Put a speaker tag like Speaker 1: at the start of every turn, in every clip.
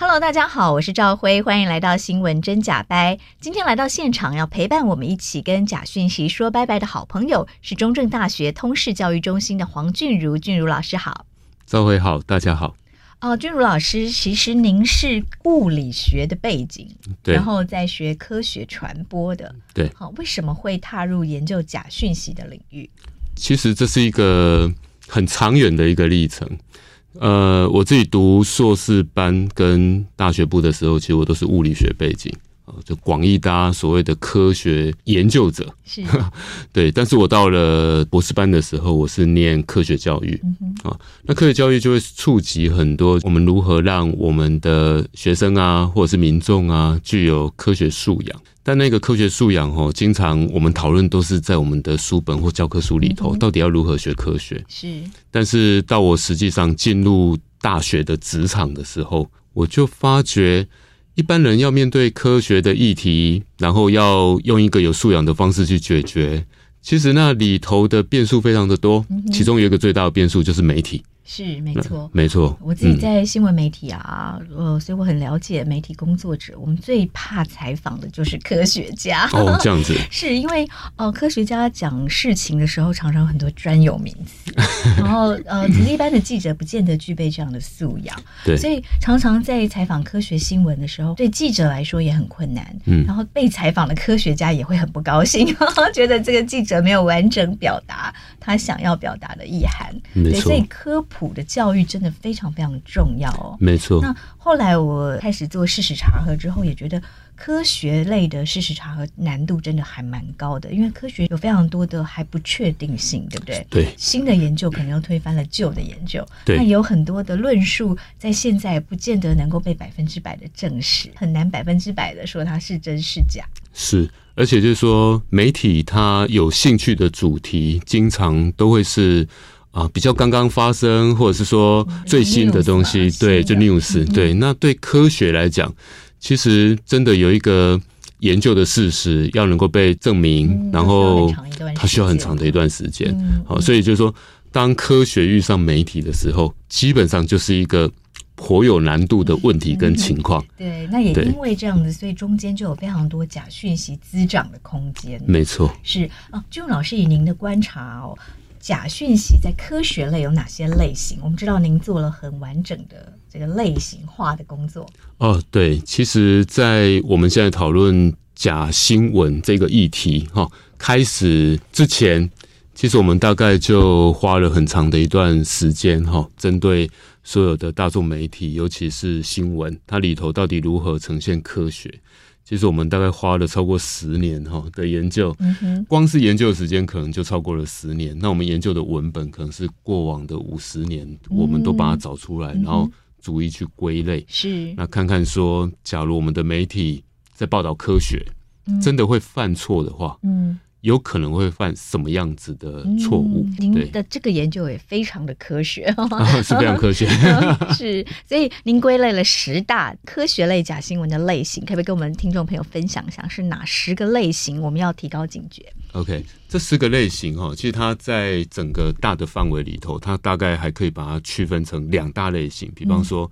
Speaker 1: Hello，大家好，我是赵辉，欢迎来到新闻真假掰。今天来到现场，要陪伴我们一起跟假讯息说拜拜的好朋友是中正大学通识教育中心的黄俊如，俊如老师好。
Speaker 2: 赵会好，大家好。
Speaker 1: 哦，君如老师，其实您是物理学的背景，
Speaker 2: 对
Speaker 1: 然后再学科学传播的，
Speaker 2: 对
Speaker 1: 好、为什么会踏入研究假讯息的领域？
Speaker 2: 其实这是一个很长远的一个历程。呃，我自己读硕士班跟大学部的时候，其实我都是物理学背景，呃就广义大家所谓的科学研究者。
Speaker 1: 是
Speaker 2: 对，但是我到了博士班的时候，我是念科学教育。啊，那科学教育就会触及很多我们如何让我们的学生啊，或者是民众啊，具有科学素养。但那个科学素养哦，经常我们讨论都是在我们的书本或教科书里头，到底要如何学科学。
Speaker 1: 是，
Speaker 2: 但是到我实际上进入大学的职场的时候，我就发觉一般人要面对科学的议题，然后要用一个有素养的方式去解决。其实那里头的变数非常的多，
Speaker 1: 嗯
Speaker 2: 其中有一个最大的变数就是媒体。
Speaker 1: 是，没错。
Speaker 2: 没错，
Speaker 1: 我自己
Speaker 2: 嗯、
Speaker 1: 在新闻媒体啊，呃，所以我很了解媒体工作者。我们最怕采访的就是科学家，
Speaker 2: 哦，这样子
Speaker 1: 是因为呃，科学家讲事情的时候，常常有很多专有名 词，然后呃，只是一般的记者不见得具备这样的素养，
Speaker 2: 对
Speaker 1: 所以常常在采访科学新闻的时候，对记者来说也很困难，
Speaker 2: 嗯
Speaker 1: 然后被采访的科学家也会很不高兴， 觉得这个记者没有完整表达他想要表达的意涵，
Speaker 2: 没
Speaker 1: 对，
Speaker 2: 错
Speaker 1: 所以科普的教育真的非常非常重要哦。
Speaker 2: 没错，
Speaker 1: 那后来我开始做事实查核之后，也觉得科学类的事实查核难度真的还蛮高的，因为科学有非常多的还不确定性，对不对？
Speaker 2: 对
Speaker 1: 新的研究可能又推翻了旧的研究，
Speaker 2: 对
Speaker 1: 那有很多的论述在现在不见得能够被百分之百的证实，很难百分之百的说它是真是假。
Speaker 2: 是，而且就是说，媒体它有兴趣的主题，经常都会是啊、比较刚刚发生，或者是说最新的东西，
Speaker 1: news 啊
Speaker 2: 嗯对，就
Speaker 1: 新的
Speaker 2: news，、对。嗯那对科学来讲，其实真的有一个研究的事实要能够被证明，
Speaker 1: 嗯
Speaker 2: 然后
Speaker 1: 它需要很长一段时间
Speaker 2: 它需要很长的一段时间。
Speaker 1: 嗯
Speaker 2: 好，所以就是说，当科学遇上媒体的时候，基本上就是一个颇有难度的问题跟情况。
Speaker 1: 对，那也
Speaker 2: 对
Speaker 1: 因为这样子，所以中间就有非常多假讯息滋长的空间。
Speaker 2: 没错。
Speaker 1: 是啊，俊勇老师以您的观察哦，假讯息在科学类有哪些类型？我们知道您做了很完整的这个类型化的工作，
Speaker 2: 哦，对，其实，在我们现在讨论假新闻这个议题哈、开始之前，其实我们大概就花了很长的一段时间哈、针对所有的大众媒体，尤其是新闻，它里头到底如何呈现科学。其实我们大概花了超过十年哈、的研究，
Speaker 1: 嗯哼，
Speaker 2: 光是研究的时间可能就超过了十年。那我们研究的文本可能是过往的五十年，我们都
Speaker 1: 嗯
Speaker 2: 把它找出来，然后逐一去归类。
Speaker 1: 是
Speaker 2: 那看看说，假如我们的媒体在报道科学，真的会犯错的话，
Speaker 1: 嗯
Speaker 2: 有可能会犯什么样子的错误
Speaker 3: 嗯。
Speaker 2: 对
Speaker 1: 您，的这个研究也非常的科学，哦
Speaker 2: 啊，是非常科学。
Speaker 1: 是，所以您归类了十大科学类假新闻的类型，可不可以跟我们听众朋友分享一下是哪十个类型？我们要提高警觉。
Speaker 2: OK，这四个类型哦哈，其实它在整个大的范围里头，它大概还可以把它区分成两大类型，比方说
Speaker 1: 嗯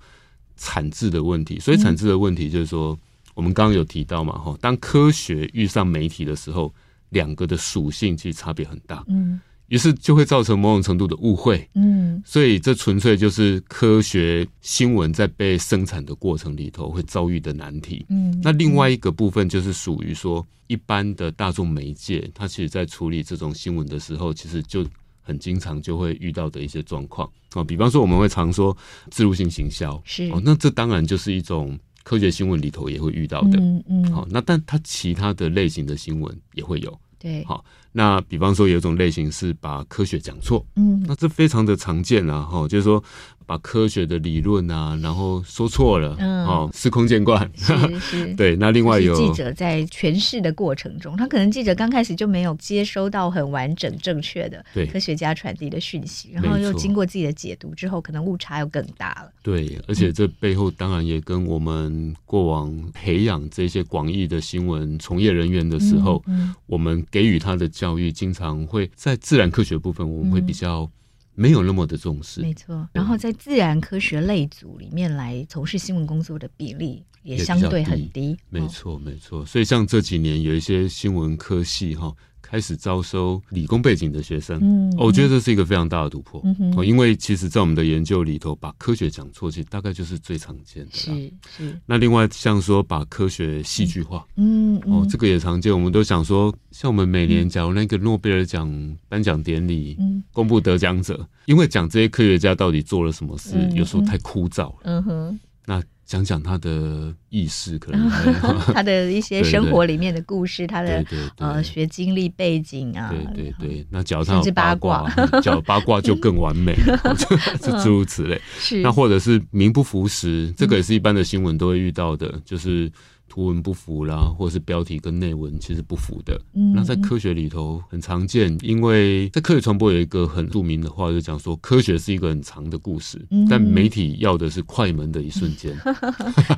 Speaker 2: 产制的问题。所以产制的问题就是说，我们刚刚有提到嘛，哈，当科学遇上媒体的时候，两个的属性其实差别很大，
Speaker 1: 嗯
Speaker 2: 于是就会造成某种程度的误会。
Speaker 1: 嗯
Speaker 2: 所以这纯粹就是科学新闻在被生产的过程里头会遭遇的难题。
Speaker 1: 嗯
Speaker 2: 那另外一个部分就是属于说一般的大众媒介，它其实在处理这种新闻的时候，其实就很经常就会遇到的一些状况哦，比方说我们会常说自入性行销，
Speaker 1: 是
Speaker 2: 哦，那这当然就是一种科学新闻里头也会遇到的。
Speaker 1: 嗯嗯，
Speaker 2: 好、那但它其他的类型的新闻也会有。
Speaker 1: 对，
Speaker 2: 好那比方说有一种类型是把科学讲错，
Speaker 1: 嗯
Speaker 2: 那这非常的常见啊，哈、就是说把科学的理论啊，然后说错了，
Speaker 1: 嗯
Speaker 2: 哦，司空见惯。
Speaker 1: 是是，。
Speaker 2: 对，那另外有
Speaker 1: 记者在诠释的过程中，他可能记者刚开始就没有接收到很完整正确的
Speaker 2: 对
Speaker 1: 科学家传递的讯息，然后
Speaker 2: 没
Speaker 1: 又
Speaker 2: 错
Speaker 1: 经过自己的解读之后，可能误差又更大了。
Speaker 2: 对，而且这背后当然也跟我们过往培养这些广义的新闻从业人员的时候，
Speaker 1: 嗯
Speaker 2: 我们给予他的教育，经常会在自然科学部分，我们会比较没有那么的重视。
Speaker 1: 嗯没错。然后在自然科学类组里面来从事新闻工作的比例也
Speaker 2: 也比
Speaker 1: 相
Speaker 2: 较
Speaker 1: 对很
Speaker 2: 低
Speaker 1: 低，
Speaker 2: 没
Speaker 1: 哦
Speaker 2: 错，没错。所以像这几年有一些新闻科系哈、开始招收理工背景的学生，
Speaker 1: 嗯
Speaker 2: 哦我觉得这是一个非常大的突破。
Speaker 1: 嗯哼
Speaker 2: 哦，因为其实，在我们的研究里头，把科学讲错，其实大概就是最常见的啦。
Speaker 1: 哦是是，
Speaker 2: 那另外像说把科学戏剧化，
Speaker 1: 嗯
Speaker 2: 哦，
Speaker 1: 嗯
Speaker 2: 这个也常见。我们都想说，像我们每年假如那个诺贝尔奖颁奖典礼
Speaker 1: 嗯
Speaker 2: 公布得奖者，因为讲这些科学家到底做了什么事，
Speaker 1: 嗯
Speaker 2: 有时候太枯燥了。
Speaker 1: 嗯 哼，
Speaker 2: 那讲讲他的意识，可能还
Speaker 1: 他的一些
Speaker 2: 对对
Speaker 1: 生活里面的故事，他
Speaker 2: 对
Speaker 1: 的
Speaker 2: 对对。
Speaker 1: 呃学经历背景啊，
Speaker 2: 对对对，那假如他
Speaker 1: 甚至
Speaker 2: 有八卦，讲八卦就更完美 了，哦就诸如此类。
Speaker 1: 是
Speaker 2: 那或者是名不符实，这个
Speaker 1: 嗯
Speaker 2: 也是一般的新闻都会遇到的，就是图文不符啦，或者是标题跟内文其实不符的。
Speaker 1: 嗯
Speaker 2: 那在科学里头很常见，因为在科学传播有一个很著名的话，就讲说科学是一个很长的故事，
Speaker 1: 嗯
Speaker 2: 但媒体要的是快门的一瞬 间。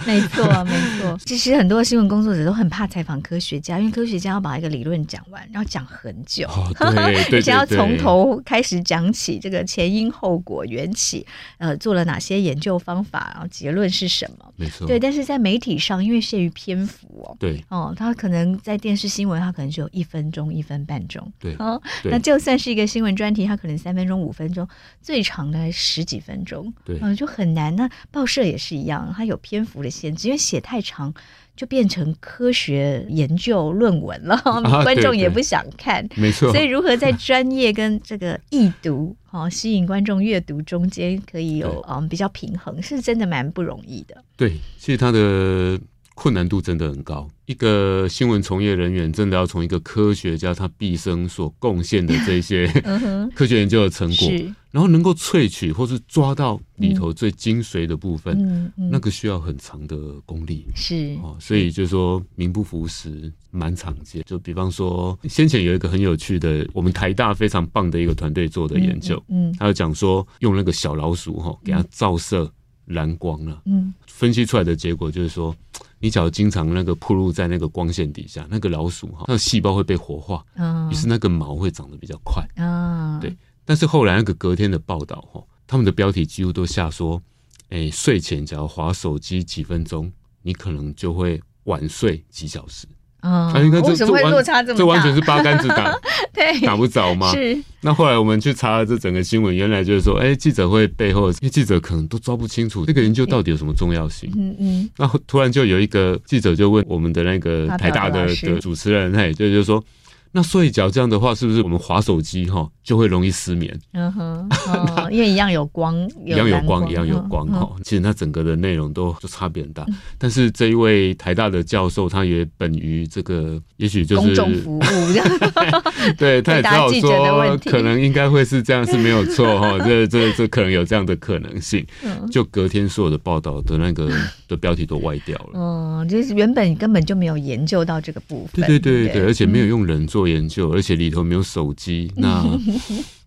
Speaker 1: 没错，没错。其实很多新闻工作者都很怕采访科学家，因为科学家要把一个理论讲完，要讲很 久。
Speaker 2: 哦，对对
Speaker 1: 而且要
Speaker 2: 对对，
Speaker 1: 从头开始讲起这个前因后果、缘起，呃，做了哪些研究方法，然后结论是什么？
Speaker 2: 没错，
Speaker 1: 对，但是在媒体上，因为限于篇幅哦，
Speaker 2: 对
Speaker 1: 哦，他可能在电视新闻，他可能只有一分钟、一分半钟，
Speaker 2: 对
Speaker 1: 哦，
Speaker 2: 对
Speaker 1: 那就算是一个新闻专题，它可能三分钟、五分钟，最长的十几分钟，
Speaker 2: 对
Speaker 1: 嗯、就很难。那报社也是一样，它有篇幅的限制，因为写太长就变成科学研究论文 了，哦观众
Speaker 2: 啊对
Speaker 1: 也
Speaker 2: 对
Speaker 1: 不想看。
Speaker 2: 没错，
Speaker 1: 所以，如何在专业跟这个易读、哦吸引观众阅读中间可以有
Speaker 2: 对
Speaker 1: 嗯比较平衡，是真的蛮不容易 的。
Speaker 2: 对，其实它的困难度真的很高。一个新闻从业人员真的要从一个科学家他毕生所贡献的这 些
Speaker 1: 嗯哼，
Speaker 2: 科学研究的成果，
Speaker 1: 是，
Speaker 2: 然后能够萃取或是抓到里头最精髓的部分，
Speaker 1: 嗯嗯，
Speaker 2: 呃那个需要很长的功力。
Speaker 1: 是
Speaker 2: 哦，所以就说名不符实蛮常见。就比方说，先前有一个很有趣的，我们台大非常棒的一个团队做的研究，
Speaker 1: 嗯
Speaker 2: 他就讲说用那个小老鼠哈、给它照射蓝光了、
Speaker 1: 嗯
Speaker 2: 分析出来的结果就是说，你只要经常那个暴露在那个光线底下，那个老鼠哈，那细胞会被活化，
Speaker 1: 嗯
Speaker 2: 于是那个毛会长得比较快。
Speaker 1: 啊，
Speaker 2: 对但是后来那个隔天的报道哈，他们的标题几乎都下说，哎、睡前只要划手机几分钟，你可能就会晚睡几小时。
Speaker 1: 啊
Speaker 2: 啊，你看这
Speaker 1: 为什
Speaker 2: 这
Speaker 1: 么会
Speaker 2: 完
Speaker 1: 落差这么大？
Speaker 2: 这完全是八竿子打
Speaker 1: 对，
Speaker 2: 打不着嘛。
Speaker 1: 是
Speaker 2: 那后来我们去查了这整个新闻，原来就是说，哎、记者会背后，因为记者可能都抓不清楚这个研究到底有什么重要性。
Speaker 1: 嗯嗯
Speaker 2: 然后突然就有一个记者就问我们的那个
Speaker 1: 发表
Speaker 2: 台大
Speaker 1: 的
Speaker 2: 的
Speaker 1: 老师
Speaker 2: 的主持人，嘿，就就说，那睡觉这样的话，是不是我们划手机哈就会容易失眠？
Speaker 1: 嗯哼， 哦因为一样有光，嗯
Speaker 2: 一样有
Speaker 1: 蓝
Speaker 2: 光，一样有光哈。。其实它整个的内容都就差别很
Speaker 1: 嗯
Speaker 2: 大。但是这一位台大的教授，他也本于这个，也许就
Speaker 1: 公
Speaker 2: 是
Speaker 1: 众服务，
Speaker 2: 对，他也知
Speaker 1: 回
Speaker 2: 道
Speaker 1: 答记者的
Speaker 2: 说
Speaker 1: 问题
Speaker 2: 可能应该会是这样，是没有 错哈。这这这可能有这样的可能性。
Speaker 1: 嗯
Speaker 2: 就隔天所有的报道的那个的标题都歪掉了。
Speaker 1: 嗯，就是原本根本就没有研究到这个部分。嗯
Speaker 2: 对对
Speaker 1: 对
Speaker 2: 对
Speaker 1: 不
Speaker 2: 对，而且没有用人做研究，而且里头没有手机， 那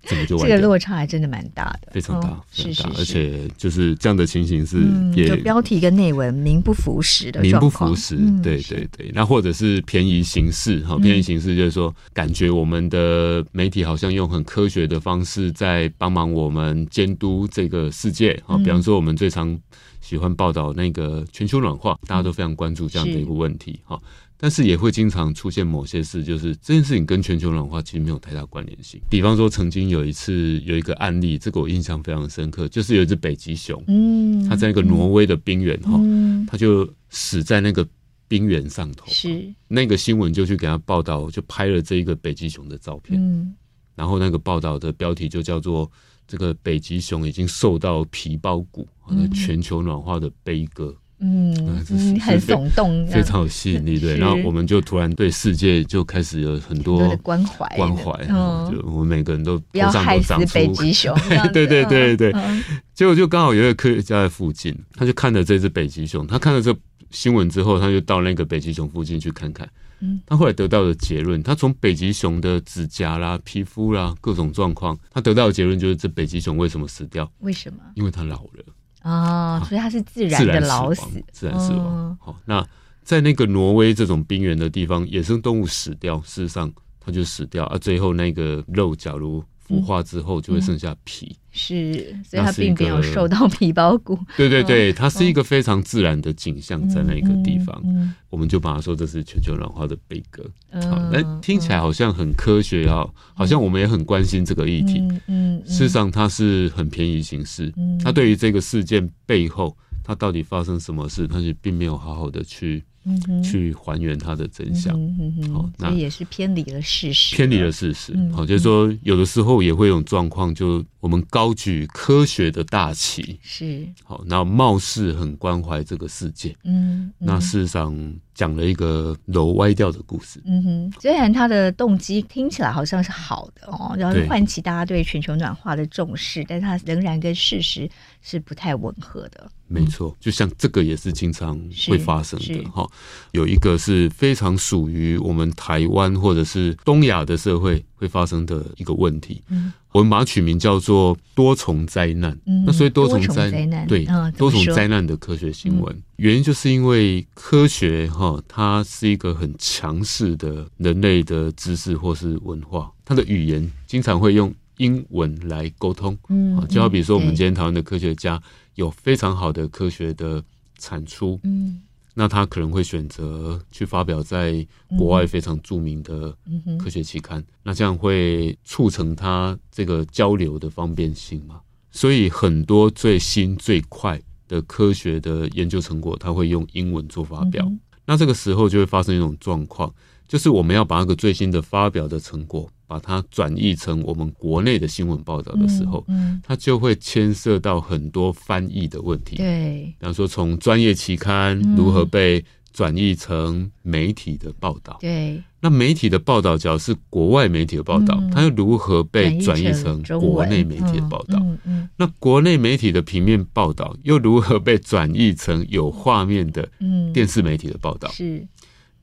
Speaker 2: 怎么
Speaker 1: 这
Speaker 2: 就完
Speaker 1: 个
Speaker 2: 掉？
Speaker 1: 落差还真的蛮大的，
Speaker 2: 非常大，
Speaker 1: 哦
Speaker 2: 非
Speaker 1: 是
Speaker 2: 常
Speaker 1: 是
Speaker 2: 大，
Speaker 1: 是，
Speaker 2: 而且就是这样的情形是
Speaker 1: 嗯，
Speaker 2: 也
Speaker 1: 就标题跟内文名不符实的
Speaker 2: 名
Speaker 1: 状
Speaker 2: 不
Speaker 1: 况
Speaker 2: 符实
Speaker 1: 嗯，
Speaker 2: 对
Speaker 1: 是嗯
Speaker 2: 对对。那或者是便宜形式，哈，便宜形式就是说，感觉我们的媒体好像用很科学的方式在帮忙我们监督这个世界，哈。
Speaker 1: 嗯
Speaker 2: 比方说，我们最常喜欢报道那个全球暖化，大家
Speaker 1: 嗯
Speaker 2: 都非常关注这样的一个问题，哈。但是也会经常出现某些事，就是这件事情跟全球暖化其实没有太大关联性。比方说，曾经有一次有一个案例，这个我印象非常深刻，就是有一只北极熊，
Speaker 1: 嗯，
Speaker 2: 它在那个挪威的冰原，哈、
Speaker 1: 嗯
Speaker 2: 他就死在那个冰原上头。
Speaker 1: 是
Speaker 2: 那个新闻就去给他报道，就拍了这一个北极熊的照片，
Speaker 1: 嗯
Speaker 2: 然后那个报道的标题就叫做“这个北极熊已经瘦到皮包骨”，那全球暖化的悲歌，
Speaker 1: 嗯
Speaker 2: 嗯这是
Speaker 1: 嗯，很耸动，
Speaker 2: 非常有吸引力。对，
Speaker 1: 是
Speaker 2: 然后我们就突然对世界就开始有很
Speaker 1: 多
Speaker 2: 多
Speaker 1: 的关怀的
Speaker 2: 关怀，
Speaker 1: 嗯
Speaker 2: 就，我们每个人都
Speaker 1: 不要
Speaker 2: 头上
Speaker 1: 害
Speaker 2: 都
Speaker 1: 死
Speaker 2: 长
Speaker 1: 北
Speaker 2: 出
Speaker 1: 极熊，这样子
Speaker 2: 对对对对
Speaker 1: 嗯
Speaker 2: 结果就刚好有一个科学家在附近，他就看了这只北极熊，他看了这新闻之后，他就到那个北极熊附近去看看。
Speaker 1: 嗯，
Speaker 2: 他后来得到的结论，他从北极熊的指甲啦、皮肤啦各种状况，他得到的结论就是这北极熊为什么死掉？
Speaker 1: 为什么
Speaker 2: 因为它老了，
Speaker 1: 啊？所以它是自然
Speaker 2: 自
Speaker 1: 的
Speaker 2: 然
Speaker 1: 老
Speaker 2: 死
Speaker 1: 死
Speaker 2: 亡，，自然死
Speaker 1: 嗯
Speaker 2: 亡。好、那在那个挪威这种冰原的地方，野生动物死掉，事实上它就死掉啊。最后那个肉假如腐化之后，就会剩下皮。
Speaker 1: 是，所以
Speaker 2: 那
Speaker 1: 它
Speaker 2: 是
Speaker 1: 并
Speaker 2: 一
Speaker 1: 没有
Speaker 2: 个
Speaker 1: 受 到皮包骨
Speaker 2: 对对对，它是一个非常自然的景象在那个地方，
Speaker 1: 嗯
Speaker 2: 我们就把它说这是全球暖化的悲歌。好，
Speaker 1: 嗯，
Speaker 2: 那听起来好像很科学啊，好像我们也很关心这个议题。
Speaker 1: 嗯嗯，
Speaker 2: 事实上，它是很便宜形式，它对于这个事件背后。它到底发生什么事？它是并没有好好的去、
Speaker 1: 嗯哼
Speaker 2: 去还原它的真相，
Speaker 1: 嗯哼哼所
Speaker 2: 好哦那
Speaker 1: 以也是偏离了事实，
Speaker 2: 偏离了事实。
Speaker 1: 嗯
Speaker 2: 好，就是说有的时候也会有状况，就我们高举科学的大旗，
Speaker 1: 是，
Speaker 2: 好，那貌似很关怀这个世界，
Speaker 1: 嗯，
Speaker 2: 那
Speaker 1: 嗯
Speaker 2: 事实上讲了一个楼歪掉的故事。
Speaker 1: 嗯哼，虽然他的动机听起来好像是好的哦，然后
Speaker 2: 对
Speaker 1: 唤起大家对全球暖化的重视，但是它仍然跟事实是不太吻合的。
Speaker 2: 没错，就像这个也是经常会发生
Speaker 1: 嗯是是
Speaker 2: 的哈。有一个是非常属于我们台湾或者是东亚的社会会发生的一个问题，
Speaker 1: 嗯
Speaker 2: 我们把它取名叫做多重灾难。
Speaker 1: 嗯
Speaker 2: 那所以多重
Speaker 1: 多重
Speaker 2: 灾
Speaker 1: 灾难
Speaker 2: 对、
Speaker 1: 嗯怎么
Speaker 2: 多重
Speaker 1: 说嗯
Speaker 2: 灾难的科学新闻，原因就是因为科学哈，它是一个很强势的人类的知识或是文化，它的语言经常会用英文来沟通。
Speaker 1: 嗯
Speaker 2: 啊，就好比说我们
Speaker 1: 对
Speaker 2: 今天讨论的科学家有非常好的科学的产出，
Speaker 1: 嗯
Speaker 2: 那他可能会选择去发表在国
Speaker 1: 嗯
Speaker 2: 外非常著名的科学期刊，那这样会促成他这个交流的方便性嘛？所以很多最新最快的科学的研究成果，他会用英文做发
Speaker 1: 嗯
Speaker 2: 表。那这个时候就会发生一种状况，就是我们要把那个最新的发表的成果，把它转译成我们国内的新闻报道的时候，
Speaker 1: 嗯，
Speaker 2: 它就会牵涉到很多翻译的问题。
Speaker 1: 对，
Speaker 2: 比方说从专业期刊
Speaker 1: 嗯
Speaker 2: 如何被转译成媒体的报道，
Speaker 1: 对，
Speaker 2: 那媒体的报道，只要是国外媒体的报道，
Speaker 1: 嗯
Speaker 2: 它又如何被转
Speaker 1: 译
Speaker 2: 译成
Speaker 1: 中
Speaker 2: 国
Speaker 1: 文
Speaker 2: 内媒体的报道？
Speaker 1: 嗯嗯
Speaker 2: 那国内媒体的平面报道又如何被转译成有画面的
Speaker 1: 嗯，
Speaker 2: 电视媒体的报道？
Speaker 1: 是，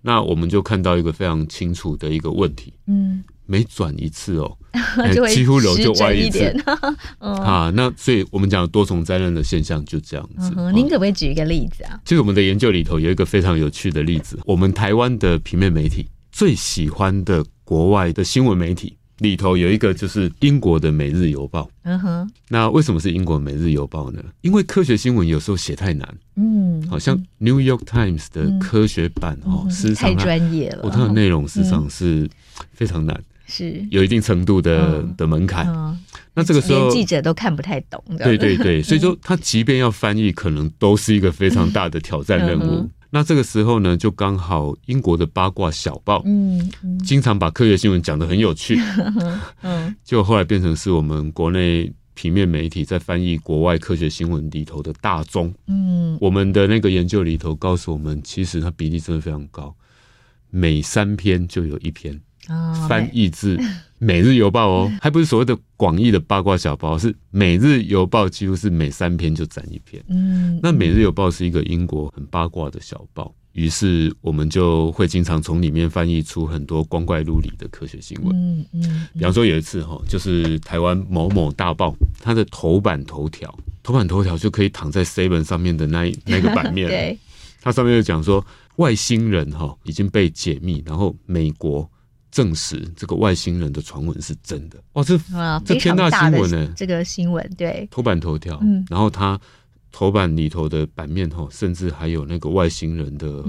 Speaker 2: 那我们就看到一个非常清楚的一个问题：
Speaker 1: 嗯，
Speaker 2: 每转一次哦，
Speaker 1: 就会
Speaker 2: 几乎楼就
Speaker 1: 失
Speaker 2: 歪
Speaker 1: 真一
Speaker 2: 次
Speaker 1: 点。哦
Speaker 2: 啊。那所以我们讲多重灾难的现象就这样子
Speaker 1: 嗯。哼，
Speaker 2: 啊
Speaker 1: 您可不可以举一个例子啊？
Speaker 2: 其实我们的研究里头有一个非常有趣的例子，我们台湾的平面媒体最喜欢的国外的新闻媒体里头有一个就是英国的《每日邮报》。
Speaker 1: 嗯哼，
Speaker 2: 那为什么是英国《每日邮报》呢？因为科学新闻有时候写太难，
Speaker 1: 嗯，
Speaker 2: 好像《New York Times》的科学版哦，
Speaker 1: 嗯
Speaker 2: 事实
Speaker 1: 太
Speaker 2: 上它
Speaker 1: 专业了，嗯
Speaker 2: 我它的内容事实上是非常难，
Speaker 1: 是，
Speaker 2: 有一定程度的
Speaker 1: 嗯
Speaker 2: 的门槛。
Speaker 1: 嗯，
Speaker 2: 那这个时
Speaker 1: 连
Speaker 2: 候
Speaker 1: 记者都看不太懂的，
Speaker 2: 对对对，所以说他即便要翻译，可能都是一个非常大的挑战任
Speaker 1: 嗯
Speaker 2: 务
Speaker 1: 哼。
Speaker 2: 那这个时候呢，就刚好英国的八卦小报
Speaker 1: 嗯嗯
Speaker 2: 经常把科学新闻讲得很有趣，
Speaker 1: 嗯
Speaker 2: 就后来变成是我们国内平面媒体在翻译国外科学新闻里头的大宗。
Speaker 1: 嗯，
Speaker 2: 我们的那个研究里头告诉我们，其实它比例真的非常高，每三篇就有一篇。
Speaker 1: 啊，
Speaker 2: 翻
Speaker 1: 美，
Speaker 2: 译自《每日邮报》哦， 还不是所谓的广义的八卦小报，是《每日邮报》几乎是每三篇就占一篇。
Speaker 1: 嗯，
Speaker 2: 那《每日邮报》是一个英国很八卦的小报，于是我们就会经常从里面翻译出很多光怪陆离的科学新闻。
Speaker 1: 嗯嗯，
Speaker 2: 比方说有一次哈，就是台湾某某大报，它的头版头条，头版头条就可以躺在 Seven 上面的那一那个版面，
Speaker 1: 对，
Speaker 2: 它上面就讲说外星人哈已经被解密，然后美国证实这个外星人的传闻是真的。哇，这
Speaker 1: 啊，
Speaker 2: 这
Speaker 1: 非常
Speaker 2: 天大
Speaker 1: 大
Speaker 2: 新
Speaker 1: 的
Speaker 2: 闻呢，
Speaker 1: 这个新闻，对，
Speaker 2: 头版头条，
Speaker 1: 嗯
Speaker 2: 然后它头版里头的版面吼，甚至还有那个外星人的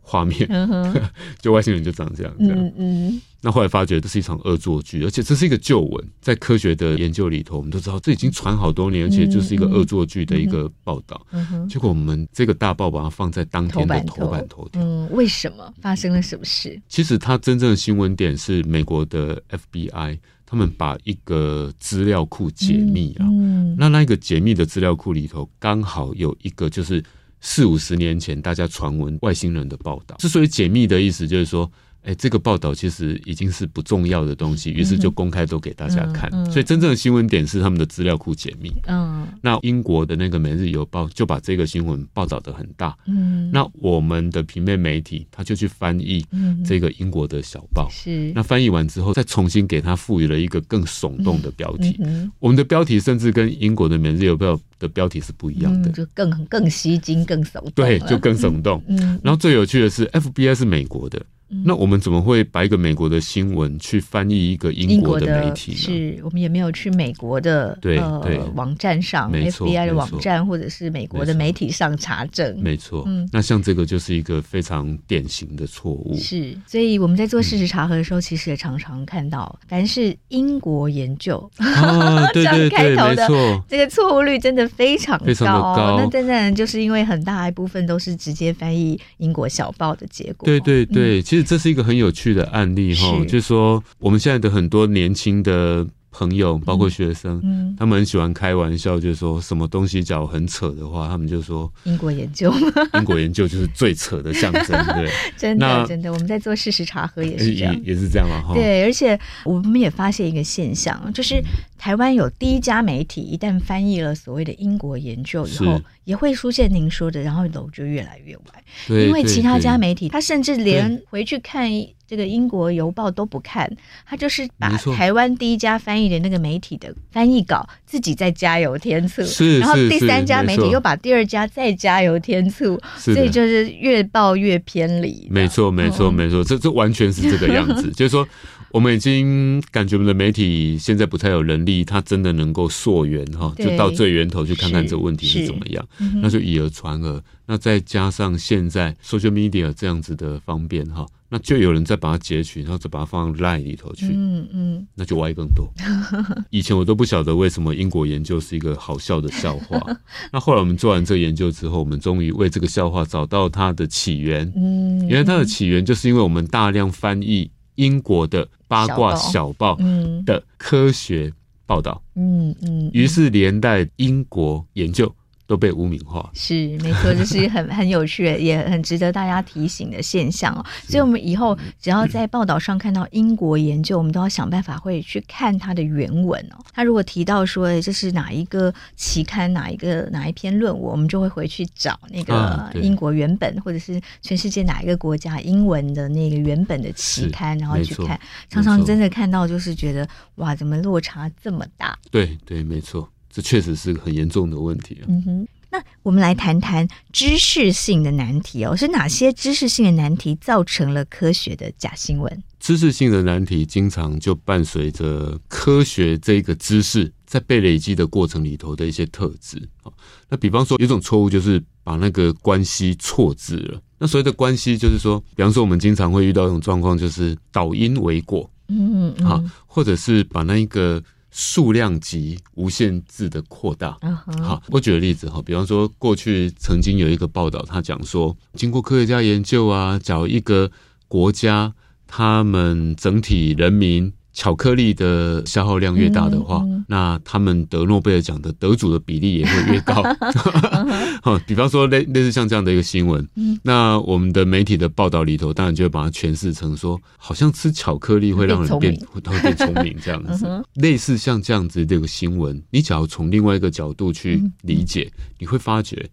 Speaker 2: 画面，
Speaker 1: 嗯哼，
Speaker 2: 啊就外星人就长这样这样。
Speaker 1: 嗯嗯，
Speaker 2: 那后来发觉这是一场恶作剧，而且这是一个旧闻，在科学的研究里头，我们都知道这已经传好多年，而且就是一个恶作剧的一个报道。
Speaker 1: 嗯哼，
Speaker 2: 结果我们这个大报把它放在当天的头版头条。
Speaker 1: 嗯，为什么发生了什么事？
Speaker 2: 其实它真正的新闻点是美国的 FBI，他们把一个资料库解密啊，
Speaker 1: 嗯
Speaker 2: 那那一个解密的资料库里头，刚好有一个就是四五十年前大家传闻外星人的报道。之所以解密的意思，就是说，哎、这个报道其实已经是不重要的东西，于是就公开都给大家看。
Speaker 1: 嗯嗯嗯
Speaker 2: 所以真正的新闻点是他们的资料库解密。
Speaker 1: 嗯
Speaker 2: 那英国的那个《每日邮报》就把这个新闻报道的很大。
Speaker 1: 嗯，
Speaker 2: 那我们的平面媒体，他就去翻译
Speaker 1: 嗯
Speaker 2: 这个英国的小报。
Speaker 1: 是
Speaker 2: 那翻译完之后，再重新给它赋予了一个更耸动的标题。
Speaker 1: 嗯
Speaker 2: 我们的标题甚至跟英国的《每日邮报》的标题是不一样
Speaker 1: 哼，
Speaker 2: 的，
Speaker 1: 嗯，就更更吸睛、更手动
Speaker 2: 对，
Speaker 1: 了
Speaker 2: 就更耸动。
Speaker 1: 嗯
Speaker 2: 然后最有趣的是，FBI 是美国的，那我们怎么会把一个美国的新闻去翻译一个英
Speaker 1: 英国
Speaker 2: 的媒
Speaker 1: 的
Speaker 2: 体呢？
Speaker 1: 是我们也没有去美国的
Speaker 2: 对对
Speaker 1: 呃网站上
Speaker 2: 没错
Speaker 1: ，FBI 的
Speaker 2: 没
Speaker 1: 网
Speaker 2: 错
Speaker 1: 站或者是美国
Speaker 2: 没
Speaker 1: 的
Speaker 2: 错
Speaker 1: 媒体上查证。
Speaker 2: 没错，
Speaker 1: 嗯
Speaker 2: 那像这个就是一个非常典型的 错误。
Speaker 1: 是，所以我们在做事
Speaker 2: 嗯
Speaker 1: 实查核的时候，其实也常常看到，凡是英国研究，
Speaker 2: 啊，对
Speaker 1: 这
Speaker 2: 对
Speaker 1: 样开
Speaker 2: 对，
Speaker 1: 头
Speaker 2: 没
Speaker 1: 的
Speaker 2: 错，
Speaker 1: 这个错误率真的非常高，哦
Speaker 2: 非常的高
Speaker 1: 那当然就是因为很大一部分都是直接翻译英国小报的结果。
Speaker 2: 对对对，其实这是一个很有趣的案例哈，
Speaker 1: 嗯是
Speaker 2: 就是说我们现在的很多年轻的朋友，包括学生，
Speaker 1: 嗯，
Speaker 2: 他们很喜欢开玩笑，就是说什么东西假如很扯的话，他们就说
Speaker 1: 英国研究
Speaker 2: 英国研究就是最扯的象征，对，
Speaker 1: 真的
Speaker 2: 那
Speaker 1: 真的，我们在做事实查核也
Speaker 2: 也
Speaker 1: 是这样
Speaker 2: 也。哦也是这样嘛哈。
Speaker 1: 对，而且我们也发现一个现象，就是台湾有第一家媒体一旦翻译了所谓的英国研究以后
Speaker 2: 是，
Speaker 1: 也会出现您说的，然后楼就越来越歪，
Speaker 2: 对，
Speaker 1: 因为其他家
Speaker 2: 没
Speaker 1: 媒体他甚至连回去看这个英国邮报都不看，他就是把
Speaker 2: 没错
Speaker 1: 台湾第一家翻译的那个媒体的翻译稿自己再加油添醋，
Speaker 2: 是
Speaker 1: 然后
Speaker 2: 是
Speaker 1: 第
Speaker 2: 是
Speaker 1: 三家
Speaker 2: 没
Speaker 1: 媒体
Speaker 2: 错
Speaker 1: 又把第二家再加油添醋，
Speaker 2: 是
Speaker 1: 所以
Speaker 2: 的，
Speaker 1: 就是越报越偏离。
Speaker 2: 没错没错
Speaker 1: 嗯
Speaker 2: 没错，这这完全是这个样 子，就是说我们已经感觉我们的媒体现在不太有能力，它真的能够溯源哈，
Speaker 1: 对
Speaker 2: 就到最源头去看看
Speaker 1: 是
Speaker 2: 这个问题
Speaker 1: 是嗯
Speaker 2: 是怎么样，那就以讹传讹，那再加上现在 social media 这样子的方便哈。那就有人再把它截取，然后再把它放到 line 里头去，
Speaker 1: 嗯嗯，
Speaker 2: 那就歪更 多。以前我都不晓得为什么英国研究是一个好笑的笑话。 那后来我们做完这个研究之后，我们终于为这个笑话找到它的起源。
Speaker 1: 嗯，
Speaker 2: 原来它的起源就是因为我们大量翻译英国的八卦
Speaker 1: 小
Speaker 2: 小报
Speaker 1: 嗯
Speaker 2: 的科学报道，
Speaker 1: 嗯嗯，
Speaker 2: 于是连带英国研究都被污名化。
Speaker 1: 是没错，这是很很有趣，也很值得大家提醒的现象哦。所以，我们以后只要在报道上看到英国研究，我们都要想办法会去看它的原文哦。他如果提到说哎诶这是哪一个期刊、哪一个哪一篇论文，我们就会回去找那个
Speaker 2: 啊对
Speaker 1: 英国原本、或者是全世界哪一个国家英文的那个原本的期
Speaker 2: 是
Speaker 1: 刊，然后
Speaker 2: 没
Speaker 1: 去
Speaker 2: 错
Speaker 1: 看。
Speaker 2: 没
Speaker 1: 常常
Speaker 2: 错
Speaker 1: 真的看到，就是觉得哇，怎么落差这么大？
Speaker 2: 对对，没错，这确实是个很严重的问题啊。
Speaker 1: 嗯哼，那我们来谈谈知识性的难题哦，是哪些知识性的难题造成了科学的假新闻？
Speaker 2: 知识性的难题经常就伴随着科学这个知识在被累积的过程里头的一些特质。哦那比方说，有一种错误就是把那个关系错置了。那所谓的关系，就是说，比方说我们经常会遇到一种状况，就是导因为果
Speaker 1: 嗯
Speaker 2: 啊，或者是把那一个数量级无限制的扩大。
Speaker 1: 嗯哼，
Speaker 2: 好，我举个例子哈，比方说过去曾经有一个报道，他讲说，经过科学家研究啊，假如一个国家他们整体人民巧克力的消耗量越大的话，
Speaker 1: 嗯嗯
Speaker 2: 那他们得诺贝尔奖的得主的比例也会越 高。 好，哦比方说类类似像这样的一个新闻，
Speaker 1: 嗯
Speaker 2: 那我们的媒体的报道里头，当然就会把它诠释成说，好像吃巧克力会让人变
Speaker 1: 变
Speaker 2: 会会变聪明这样
Speaker 1: 嗯
Speaker 2: 子。类似像这样子的一个新闻，你只要
Speaker 1: 嗯
Speaker 2: 从另外一个角度去理解，你会发觉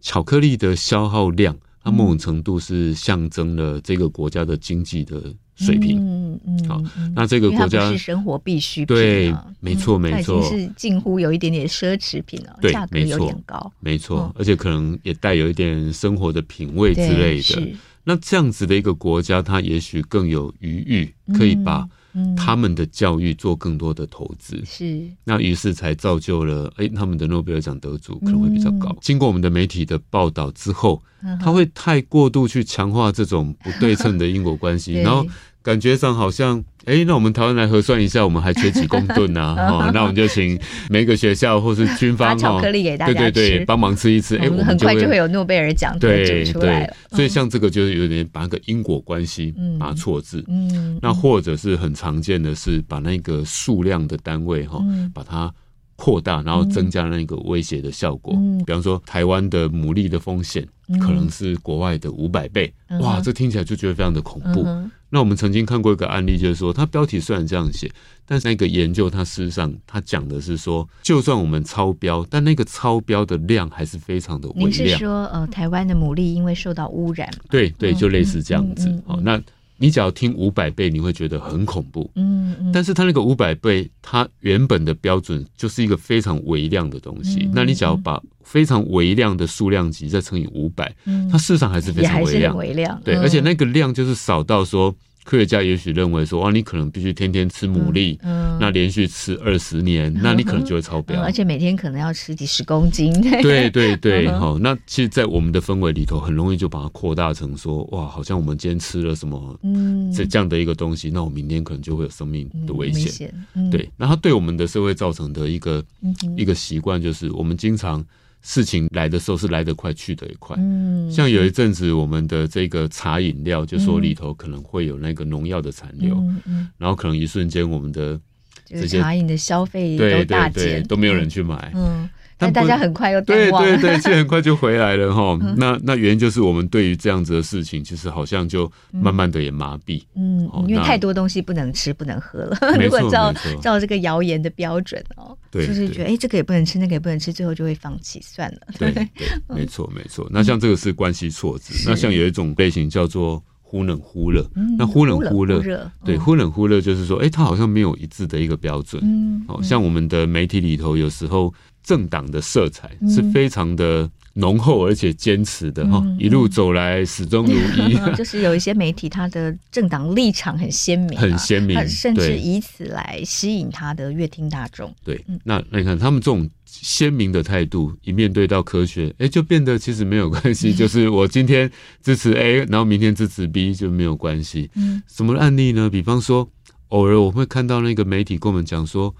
Speaker 2: 巧克力的消耗量它某种程度是象征了这个国家的经济的水平。
Speaker 1: 嗯嗯，
Speaker 2: 好
Speaker 1: 嗯
Speaker 2: 那这个
Speaker 1: 因为它
Speaker 2: 国家
Speaker 1: 不是生活必需品
Speaker 2: 对
Speaker 1: 啊，
Speaker 2: 没错
Speaker 1: 嗯
Speaker 2: 没
Speaker 1: 它已经
Speaker 2: 错
Speaker 1: 是近乎有一点点奢侈品了，
Speaker 2: 对
Speaker 1: 价格
Speaker 2: 没
Speaker 1: 有
Speaker 2: 错
Speaker 1: 点高，
Speaker 2: 没错
Speaker 1: 嗯，
Speaker 2: 而且可能也带有一点生活的品味之
Speaker 1: 对
Speaker 2: 类的。
Speaker 1: 是
Speaker 2: 那这样子的一个国家，它也许更有余裕，可以把
Speaker 1: 嗯
Speaker 2: 他们的教育做更多的投资。
Speaker 1: 是
Speaker 2: 那于是才造就了，哎、他们的诺贝尔奖得主可能会比较高。经过我们的媒体的报道之后，
Speaker 1: 嗯
Speaker 2: 他会太过度去强化这种不对称的因果关系，
Speaker 1: 对
Speaker 2: 然后感觉上好像，哎、那我们台湾来核算一下，我们还缺几公 吨啊？哦，那我们就请每个学校或是军方
Speaker 1: 把巧克力给大家
Speaker 2: 对对对，
Speaker 1: 吃
Speaker 2: 帮忙吃一吃，哎、
Speaker 1: 我
Speaker 2: 我
Speaker 1: 们
Speaker 2: 们
Speaker 1: 很快就会
Speaker 2: 有。
Speaker 1: 有诺贝尔奖得
Speaker 2: 对
Speaker 1: 主出来
Speaker 2: 对
Speaker 1: 了，，
Speaker 2: 所以像这个就是有点把那个因果关系
Speaker 1: 嗯
Speaker 2: 把它错字，
Speaker 1: 嗯，
Speaker 2: 那或者是很常见的是把那个数量的单位哈、
Speaker 1: 嗯
Speaker 2: 把它扩大，然后增加那个威胁的效果。
Speaker 1: 嗯
Speaker 2: 比方说，台湾的牡蛎的风险
Speaker 1: 嗯
Speaker 2: 可能是国外的五百倍，
Speaker 1: 嗯哼
Speaker 2: 哇，这听起来就觉得非常的恐
Speaker 1: 嗯
Speaker 2: 怖。
Speaker 1: 哼
Speaker 2: 那我们曾经看过一个案例，就是说，它标题虽然这样写，但是那个研究它事实上它讲的是说，就算我们超标，但那个超标的量还是非常的微
Speaker 1: 您是
Speaker 2: 量。
Speaker 1: 说呃，台湾的牡蛎因为受到污染嘛，
Speaker 2: 对对，
Speaker 1: 嗯
Speaker 2: 就类似这样子。
Speaker 1: 嗯嗯嗯
Speaker 2: 哦，那你只要听五百倍，你会觉得很恐怖。
Speaker 1: 嗯嗯，
Speaker 2: 但是它那个五百倍，它原本的标准就是一个非常微量的东西。
Speaker 1: 嗯
Speaker 2: 那你只要把非常微量的数量级再乘以五百、
Speaker 1: 嗯
Speaker 2: 它市场还是非
Speaker 1: 也
Speaker 2: 常
Speaker 1: 还
Speaker 2: 微
Speaker 1: 是很
Speaker 2: 量。
Speaker 1: 微量，
Speaker 2: 对，
Speaker 1: 嗯
Speaker 2: 而且那个量就是少到说，科学家也许认为说，哇，你可能必须天天吃牡蛎，
Speaker 1: 嗯
Speaker 2: 那连续吃二十年，那你可能就会超标。
Speaker 1: 嗯而且每天可能要吃几十公斤，
Speaker 2: 对对对，
Speaker 1: 嗯哼
Speaker 2: 好、那其实，在我们的氛围里头，很容易就把它扩大成说，哇，好像我们今天吃了什么
Speaker 1: 嗯，
Speaker 2: 这这样的一个东西，那我明天可能就会有生命
Speaker 1: 嗯
Speaker 2: 的危险。，
Speaker 1: 嗯，
Speaker 2: 对，那它对我们的社会造成的一个、
Speaker 1: 嗯哼
Speaker 2: 一个习惯，就是我们经常事情来的时候是来得快，去得也快。
Speaker 1: 嗯，
Speaker 2: 像有一阵子，我们的这个茶饮料就说
Speaker 1: 嗯
Speaker 2: 里头可能会有那个农药的残留，
Speaker 1: 嗯嗯，
Speaker 2: 然后可能一瞬间我们的
Speaker 1: 就是
Speaker 2: 这些
Speaker 1: 茶饮的消费
Speaker 2: 对
Speaker 1: 都
Speaker 2: 对
Speaker 1: 大
Speaker 2: 对
Speaker 1: 减，
Speaker 2: 都没有人去买，
Speaker 1: 嗯，但
Speaker 2: 但不
Speaker 1: 大家很快又淡
Speaker 2: 对
Speaker 1: 忘嗯
Speaker 2: 对
Speaker 1: 了，
Speaker 2: 对，其实很快就回来了哈。那那原因就是我们对于这样子的事情，其实好像就慢慢的也麻痹。
Speaker 1: 嗯
Speaker 2: 哦，
Speaker 1: 因为
Speaker 2: 那
Speaker 1: 太多东西不能吃、不能喝了。
Speaker 2: 没
Speaker 1: 如
Speaker 2: 错
Speaker 1: 果照
Speaker 2: 没错
Speaker 1: 照这个谣言的标准哦，
Speaker 2: 对
Speaker 1: 就是觉得哎、诶这个也不能吃，那个也不能吃，最后就会放弃算了。
Speaker 2: 对对，没错没错。那像这个是关系错置，
Speaker 1: 嗯是嗯
Speaker 2: 那像有一种类型叫做忽冷忽热，那忽冷
Speaker 1: 忽
Speaker 2: 热，
Speaker 1: 冷忽热
Speaker 2: 对，
Speaker 1: 嗯
Speaker 2: 忽冷忽热就是说，哎，它好像没有一致的一个标准。
Speaker 1: 嗯，
Speaker 2: 哦，像我们的媒体里头，有时候政党的色彩是非常的嗯浓厚而且坚持的哈，一路走来始终如一。
Speaker 1: 嗯 就是有一些媒体，他的政党立场很鲜明啊、
Speaker 2: 很鲜明
Speaker 1: 他甚至
Speaker 2: 对
Speaker 1: 以此来吸引他的乐听大众。
Speaker 2: 对，那那你看他们这种鲜明的态度，一面对到科学，哎、就变得其实没有关 系，就是我今天支持 A，然后明天支持 B 就没有关系。
Speaker 1: 嗯，
Speaker 2: 什么案例呢？比方说，偶尔我会看到那个媒体跟我们讲说，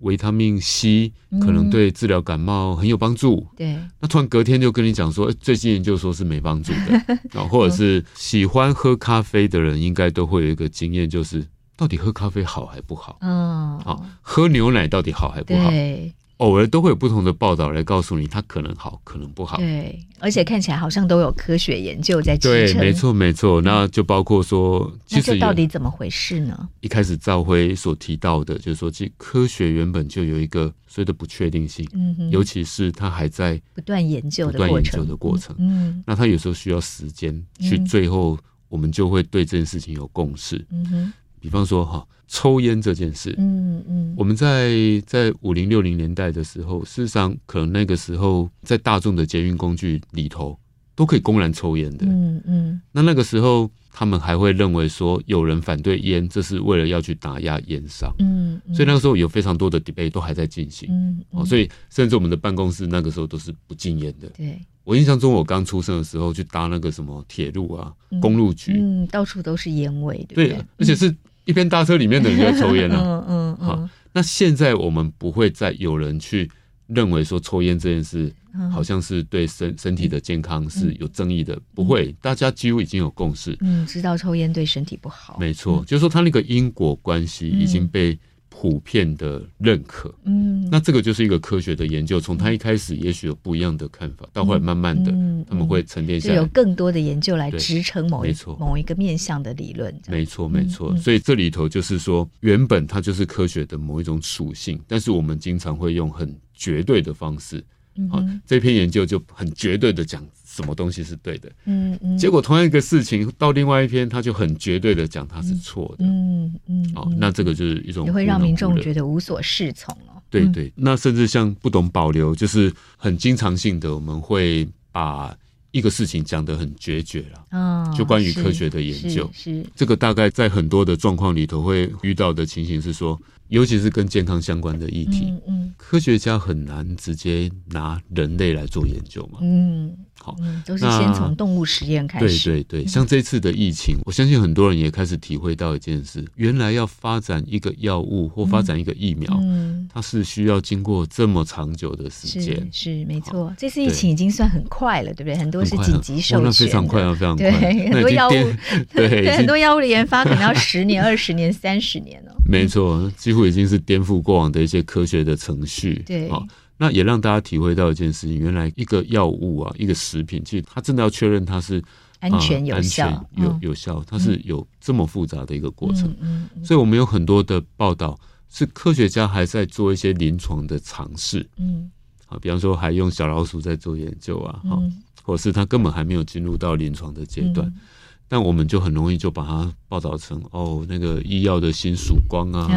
Speaker 2: 维他命 C 可能对治疗感冒很有帮助。
Speaker 1: 对，
Speaker 2: 那突然隔天就跟你讲说，诶最近研究说是没帮助的， 啊，或者是喜欢喝咖啡的人应该都会有一个经验，就是到底喝咖啡好还不好？
Speaker 1: 嗯，
Speaker 2: 好，喝牛奶到底好还不好？
Speaker 1: 对
Speaker 2: 偶尔都会有不同的报道来告诉你，它可能好，可能不好。
Speaker 1: 对，而且看起来好像都有科学研究在支
Speaker 2: 对，
Speaker 1: 撑。
Speaker 2: 没。错，没错。那就包括说，
Speaker 1: 那
Speaker 2: 其
Speaker 1: 这
Speaker 2: 实
Speaker 1: 到
Speaker 2: 有
Speaker 1: 底怎么回事呢？
Speaker 2: 一开始赵辉所提到的，就是说，其实科学原本就有一个所谓的不确定性，
Speaker 1: 嗯哼，
Speaker 2: 尤其是它还在
Speaker 1: 不断研究
Speaker 2: 不
Speaker 1: 的
Speaker 2: 断
Speaker 1: 过
Speaker 2: 研究
Speaker 1: 程
Speaker 2: 的过程。
Speaker 1: 嗯
Speaker 2: 那它有时候需要时间去，
Speaker 1: 嗯
Speaker 2: 最后我们就会对这件事情有共识。
Speaker 1: 嗯哼，
Speaker 2: 比方说，哈，抽烟这件事，
Speaker 1: 嗯嗯，
Speaker 2: 我们在在五零六零年代的时候，事实上可能那个时候在大众的捷运工具里头都可以公然抽烟的。
Speaker 1: 嗯嗯
Speaker 2: 那那个时候他们还会认为说有人反对烟，这是为了要去打压烟商，
Speaker 1: 嗯，嗯
Speaker 2: 所以那个时候有非常多的 debate 都还在进行。
Speaker 1: 嗯，
Speaker 2: 哦，
Speaker 1: 嗯
Speaker 2: 所以甚至我们的办公室那个时候都是不禁烟的。
Speaker 1: 对，
Speaker 2: 我印象中，我刚出生的时候去搭那个什么铁路啊、公路局，
Speaker 1: 嗯，到处都是烟味，对不
Speaker 2: 对，而且是一边搭车里面的人就在抽烟 啊。
Speaker 1: 嗯嗯嗯
Speaker 2: 好，那现在我们不会再有人去认为说抽烟这件事
Speaker 1: 嗯
Speaker 2: 好像是对身身体的健康是有争议的，不会，大家几乎已经有共识。
Speaker 1: 嗯，知道抽烟对身体不好，
Speaker 2: 没错，就是说它那个因果关系已经被普遍的认可。
Speaker 1: 嗯，
Speaker 2: 那这个就是一个科学的研究，从它一开始也许有不一样的看法，到后来慢慢的
Speaker 1: 嗯嗯
Speaker 2: 他们会沉淀
Speaker 1: 就
Speaker 2: 下
Speaker 1: 有
Speaker 2: 来。
Speaker 1: 更多的研究来
Speaker 2: 对
Speaker 1: 支撑某一
Speaker 2: 没错
Speaker 1: 某一个面向的理论，这样
Speaker 2: 没错，没
Speaker 1: 嗯
Speaker 2: 错。所以这里头就是说，原本它就是科学的某一种属性，但是我们
Speaker 1: 嗯
Speaker 2: 啊经常会用很绝对的方式，好、这篇研究就很绝对的讲什么东西是对的。
Speaker 1: 嗯嗯，
Speaker 2: 结果同样一个事情到另外一篇，他就很绝对的讲它是错的。
Speaker 1: 嗯嗯，
Speaker 2: 哦，那这个就是一种
Speaker 1: 也会让民众
Speaker 2: 得
Speaker 1: 觉得无所适从哦。
Speaker 2: 对
Speaker 1: 嗯
Speaker 2: 对。那甚至像不懂保留，就是很经常性的，我们会把一个事情讲得很决绝了。
Speaker 1: 嗯，
Speaker 2: 就关于
Speaker 1: 是
Speaker 2: 科学的研究
Speaker 1: 是是
Speaker 2: 这个大概在很多的状况里头会遇到的情形是说，尤其是跟健康相关的议题，
Speaker 1: 嗯嗯
Speaker 2: 科学家很难直接拿人类来做研究嘛。
Speaker 1: 嗯，
Speaker 2: 好
Speaker 1: 嗯，都是
Speaker 2: 那
Speaker 1: 先从动物实验开
Speaker 2: 对
Speaker 1: 始。嗯
Speaker 2: 对对，像这次的疫情，我相信很多人也开始体会到一件事：原来要发展一个药物或发展一个疫苗，
Speaker 1: 嗯，
Speaker 2: 它是需要经过这么长久的时
Speaker 1: 是
Speaker 2: 间，
Speaker 1: 是没
Speaker 2: 好
Speaker 1: 错，这次疫
Speaker 2: 对
Speaker 1: 情已经算很快了，对不对？很多
Speaker 2: 很
Speaker 1: 是
Speaker 2: 快啊
Speaker 1: 紧急
Speaker 2: 哇
Speaker 1: 授
Speaker 2: 那
Speaker 1: 权，
Speaker 2: 非常 快。啊，非常快，
Speaker 1: 对
Speaker 2: 那
Speaker 1: 很
Speaker 2: 已
Speaker 1: 多
Speaker 2: 经
Speaker 1: 药物
Speaker 2: 颠对，
Speaker 1: 对
Speaker 2: 已
Speaker 1: 很
Speaker 2: 经
Speaker 1: 多药物的研发可能要十年、二十年、三十年 哦。
Speaker 2: 没错，几乎已经是颠覆过往的一些科学的程序。
Speaker 1: 对
Speaker 2: 好、那也让大家体会到一件事情：原来一个药物啊，一个食品，其实它真的要确认它是
Speaker 1: 安全有效
Speaker 2: 呃安全有
Speaker 1: 嗯
Speaker 2: 有效，它是有这么复杂的一个过程。
Speaker 1: 嗯嗯
Speaker 2: 所以我们有很多的报道是科学家还在做一些临床的尝试
Speaker 1: 嗯
Speaker 2: 啊，比方说还用小老鼠在做研究啊，哈、
Speaker 1: 嗯
Speaker 2: 或者是它根本还没有进入到临床的阶段。但我们就很容易就把它报道成哦，那个医药的新曙 光啊，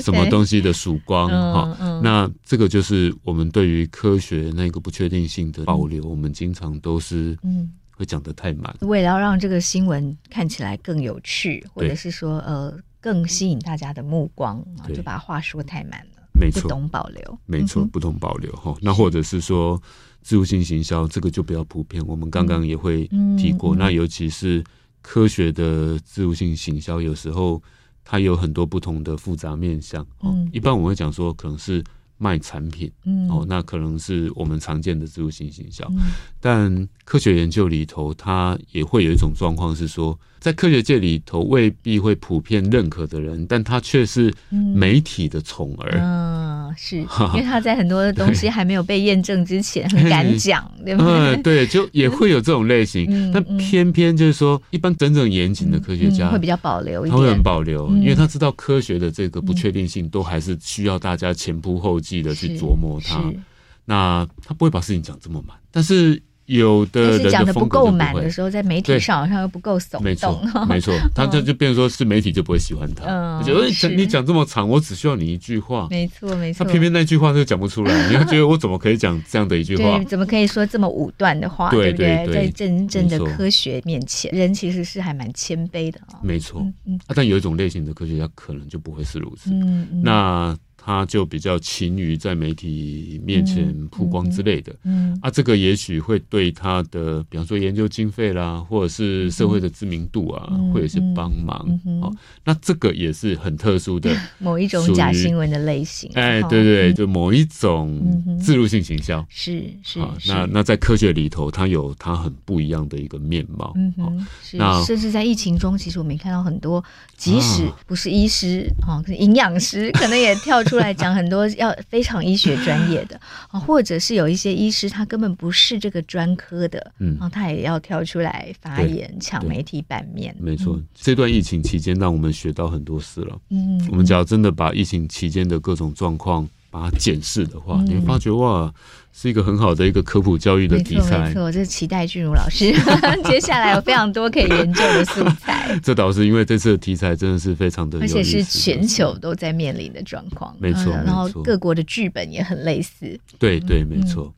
Speaker 2: 什么东西的曙光
Speaker 1: 嗯
Speaker 2: 哈、
Speaker 1: 嗯
Speaker 2: 那这个就是我们对于科学那个不确定性的保留，我们经常都是
Speaker 1: 嗯，
Speaker 2: 会讲得太满。
Speaker 1: 为了要让这个新闻看起来更有趣，或者
Speaker 2: 对
Speaker 1: 是说呃更吸引大家的目光，啊
Speaker 2: 对
Speaker 1: 就把话说太满了，
Speaker 2: 没
Speaker 1: 不
Speaker 2: 错，
Speaker 1: 懂保留。
Speaker 2: 没错，
Speaker 1: 嗯哼
Speaker 2: 不同保留哈、那或者是说自助性行销，这个就比较普遍，我们刚刚也会提过。
Speaker 1: 嗯嗯
Speaker 2: 那尤其是科学的自助性行销，有时候它有很多不同的复杂面向。哦、
Speaker 1: 嗯
Speaker 2: 一般我们会讲说，可能是卖产品、
Speaker 1: 嗯
Speaker 2: 哦，那可能是我们常见的自助性行销。
Speaker 1: 嗯
Speaker 2: 但科学研究里头，它也会有一种状况是说，在科学界里头未必会普遍认可的人，但他却是媒体的宠儿。
Speaker 1: 嗯，是因为他在很多东西还没有被验证之前很敢讲， 对不对
Speaker 2: 嗯，？对，就也会有这种类型，
Speaker 1: 嗯
Speaker 2: 但
Speaker 1: 嗯
Speaker 2: 偏偏就是说，一般真正严谨的科学家、
Speaker 1: 嗯会比较保留一
Speaker 2: 他会
Speaker 1: 点
Speaker 2: 很，保留，
Speaker 1: 嗯
Speaker 2: 因为他知道科学的这个不确定性，都还是需要大家前仆后继的去
Speaker 1: 是
Speaker 2: 琢磨它。
Speaker 1: 是
Speaker 2: 那他不会把事情讲这么满，但是有
Speaker 1: 但
Speaker 2: 的
Speaker 1: 是
Speaker 2: 人
Speaker 1: 讲
Speaker 2: 的
Speaker 1: 的不
Speaker 2: 风格
Speaker 1: 够
Speaker 2: 就不
Speaker 1: 满
Speaker 2: 会
Speaker 1: 的。时候，在媒体
Speaker 2: 对
Speaker 1: 上好像又不够耸
Speaker 2: 没错，
Speaker 1: 动。
Speaker 2: 没错，他就就变成说是媒体就不会喜欢他，
Speaker 1: 嗯
Speaker 2: 他觉得哎
Speaker 1: 是
Speaker 2: 你讲这么长，我只需要你一句话，
Speaker 1: 没错，没
Speaker 2: 他
Speaker 1: 错。
Speaker 2: 偏偏那句话他就讲不出来，你会觉得我怎么可以讲这样的一句话
Speaker 1: 对，？怎么可以说这么武断的话，
Speaker 2: 对
Speaker 1: 不
Speaker 2: 对对
Speaker 1: 在真正的
Speaker 2: 没错
Speaker 1: 科学面前，人其实是还蛮谦卑的啊、
Speaker 2: 没错，
Speaker 1: 嗯嗯
Speaker 2: 啊，但有一种类型的科学家可能就不会是如此，
Speaker 1: 嗯嗯，
Speaker 2: 那他就比较勤于在媒体面前
Speaker 1: 嗯
Speaker 2: 曝光之类的。
Speaker 1: 嗯
Speaker 2: 啊，这个也许会对他的，比方说研究经费啦，或者是社会的知名度啊，
Speaker 1: 嗯
Speaker 2: 会有一些帮忙。
Speaker 1: 嗯嗯哼
Speaker 2: 哦，那这个也是很特 殊的，
Speaker 1: 某一种
Speaker 2: 属于
Speaker 1: 假新闻的类型，
Speaker 2: 哎，
Speaker 1: 哈
Speaker 2: 对对，
Speaker 1: 嗯
Speaker 2: 就某一
Speaker 1: 嗯
Speaker 2: 种
Speaker 1: 哼
Speaker 2: 自入性行销。
Speaker 1: 是是
Speaker 2: 啊，
Speaker 1: 是，
Speaker 2: 那那在科学里头，它有它很不一样的一个面貌。
Speaker 1: 嗯
Speaker 2: 哦
Speaker 1: 哼，是，
Speaker 2: 那
Speaker 1: 甚至在疫情中，其实我们也看到很多，即使不是医师啊，可是营养师可能也跳出来讲很多要非常医学专业的啊，或者是有一些医师他根本不是这个专科的，
Speaker 2: 嗯
Speaker 1: 啊，他也要跳出来发
Speaker 2: 对
Speaker 1: 言抢
Speaker 2: 对
Speaker 1: 媒体版面，
Speaker 2: 没错，这段疫情期间让我们学到很多事了。
Speaker 1: 嗯，嗯，
Speaker 2: 我们只要真的把疫情期间的各种状况把它检视的话，
Speaker 1: 嗯
Speaker 2: 你会发觉哇，是一个很好的一个科普教育的
Speaker 1: 没
Speaker 2: 题
Speaker 1: 错没
Speaker 2: 材。
Speaker 1: 错，这是期待俊如老师 接下来有非常多可以研究的素 材，
Speaker 2: 这倒是因为这次的题材真的是非常的有
Speaker 1: 而
Speaker 2: 意思，
Speaker 1: 且是全球都在面临的状况，
Speaker 2: 没错
Speaker 1: 嗯然后
Speaker 2: 没错
Speaker 1: 各国的剧本也很类似，
Speaker 2: 对对，没错。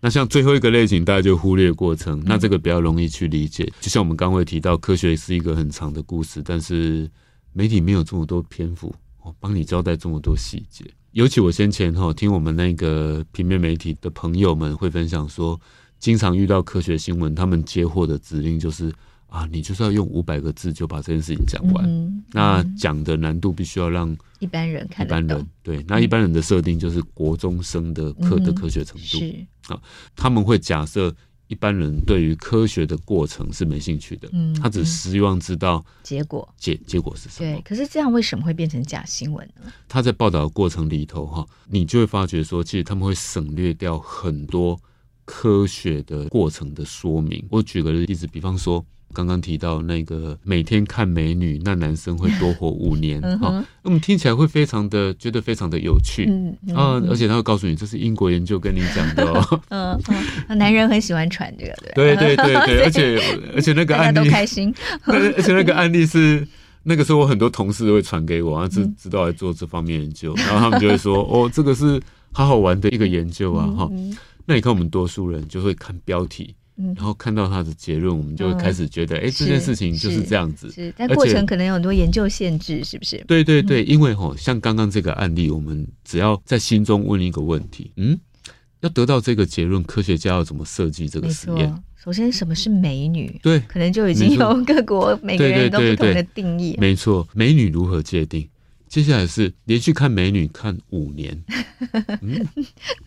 Speaker 2: 那像最后一个类型，大家就忽略过程，那这个比较容易去理解。就像我们刚会提到，科学是一个很长的故事，但是媒体没有这么多篇幅，哦，帮你交代这么多细节。尤其我先前哈、听我们那个平面媒体的朋友们会分享说，经常遇到科学新闻，他们接获的指令就是啊，你就是要用五百个字就把这件事情讲完。
Speaker 1: 嗯，
Speaker 2: 那讲的难度必须要让
Speaker 1: 一般人
Speaker 2: 一
Speaker 1: 看得
Speaker 2: 般
Speaker 1: 懂
Speaker 2: 人。对，那一般人的设定就是国中生的科的
Speaker 1: 嗯哼
Speaker 2: 科学程度，
Speaker 1: 是，
Speaker 2: 他们会假设一般人对于科学的过程是没兴趣的，
Speaker 1: 嗯
Speaker 2: 他只希望知道
Speaker 1: 结果。
Speaker 2: 结结果是什
Speaker 1: 对
Speaker 2: 么，。
Speaker 1: 可是这样为什么会变成假新闻呢？
Speaker 2: 他在报道的过程里头哈，你就会发觉说，其实他们会省略掉很多科学的过程的说明。我举个例子，比方说。刚刚提到那个每天看美女，那男生会多活五年
Speaker 1: 嗯
Speaker 2: 哈、
Speaker 1: 哼
Speaker 2: 哦，那我们听起来会非常的觉得非常的有趣。
Speaker 1: 嗯嗯
Speaker 2: 啊，而且他会告诉你，这是英国研究跟你讲的 哦。
Speaker 1: 嗯嗯，男人很喜欢传这个，对不
Speaker 2: 对对对 对，而且而且
Speaker 1: 对，
Speaker 2: 那个
Speaker 1: 大家
Speaker 2: 案
Speaker 1: 都
Speaker 2: 例，
Speaker 1: 开心。
Speaker 2: 而且那个案例是那个时候我很多同事都会传给我，啊，知
Speaker 1: 嗯
Speaker 2: 知道来做这方面研究，然后他们就会说， 哦，这个是好好玩的一个研究啊，哈、
Speaker 1: 嗯
Speaker 2: 那你看我们多数人就会看标题，
Speaker 1: 嗯
Speaker 2: 然后看到它的结论，我们就会开始觉得，哎、这件事情就是这样子。
Speaker 1: 是，但
Speaker 2: 而且
Speaker 1: 过程可能有很多研究限制，是不是？
Speaker 2: 对对对，
Speaker 1: 嗯
Speaker 2: 因为吼，像刚刚这个案例，我们只要在心中问一个问题，嗯，要得到这个结论，科学家要怎么设计这个
Speaker 1: 没
Speaker 2: 实
Speaker 1: 错
Speaker 2: 验？。
Speaker 1: 首先，什么是美女？
Speaker 2: 对，
Speaker 1: 可能就已经
Speaker 2: 没错
Speaker 1: 有各国每个人都不同的定义。
Speaker 2: 没错，美女如何界定？接下来是连续看美女看五年， 嗯，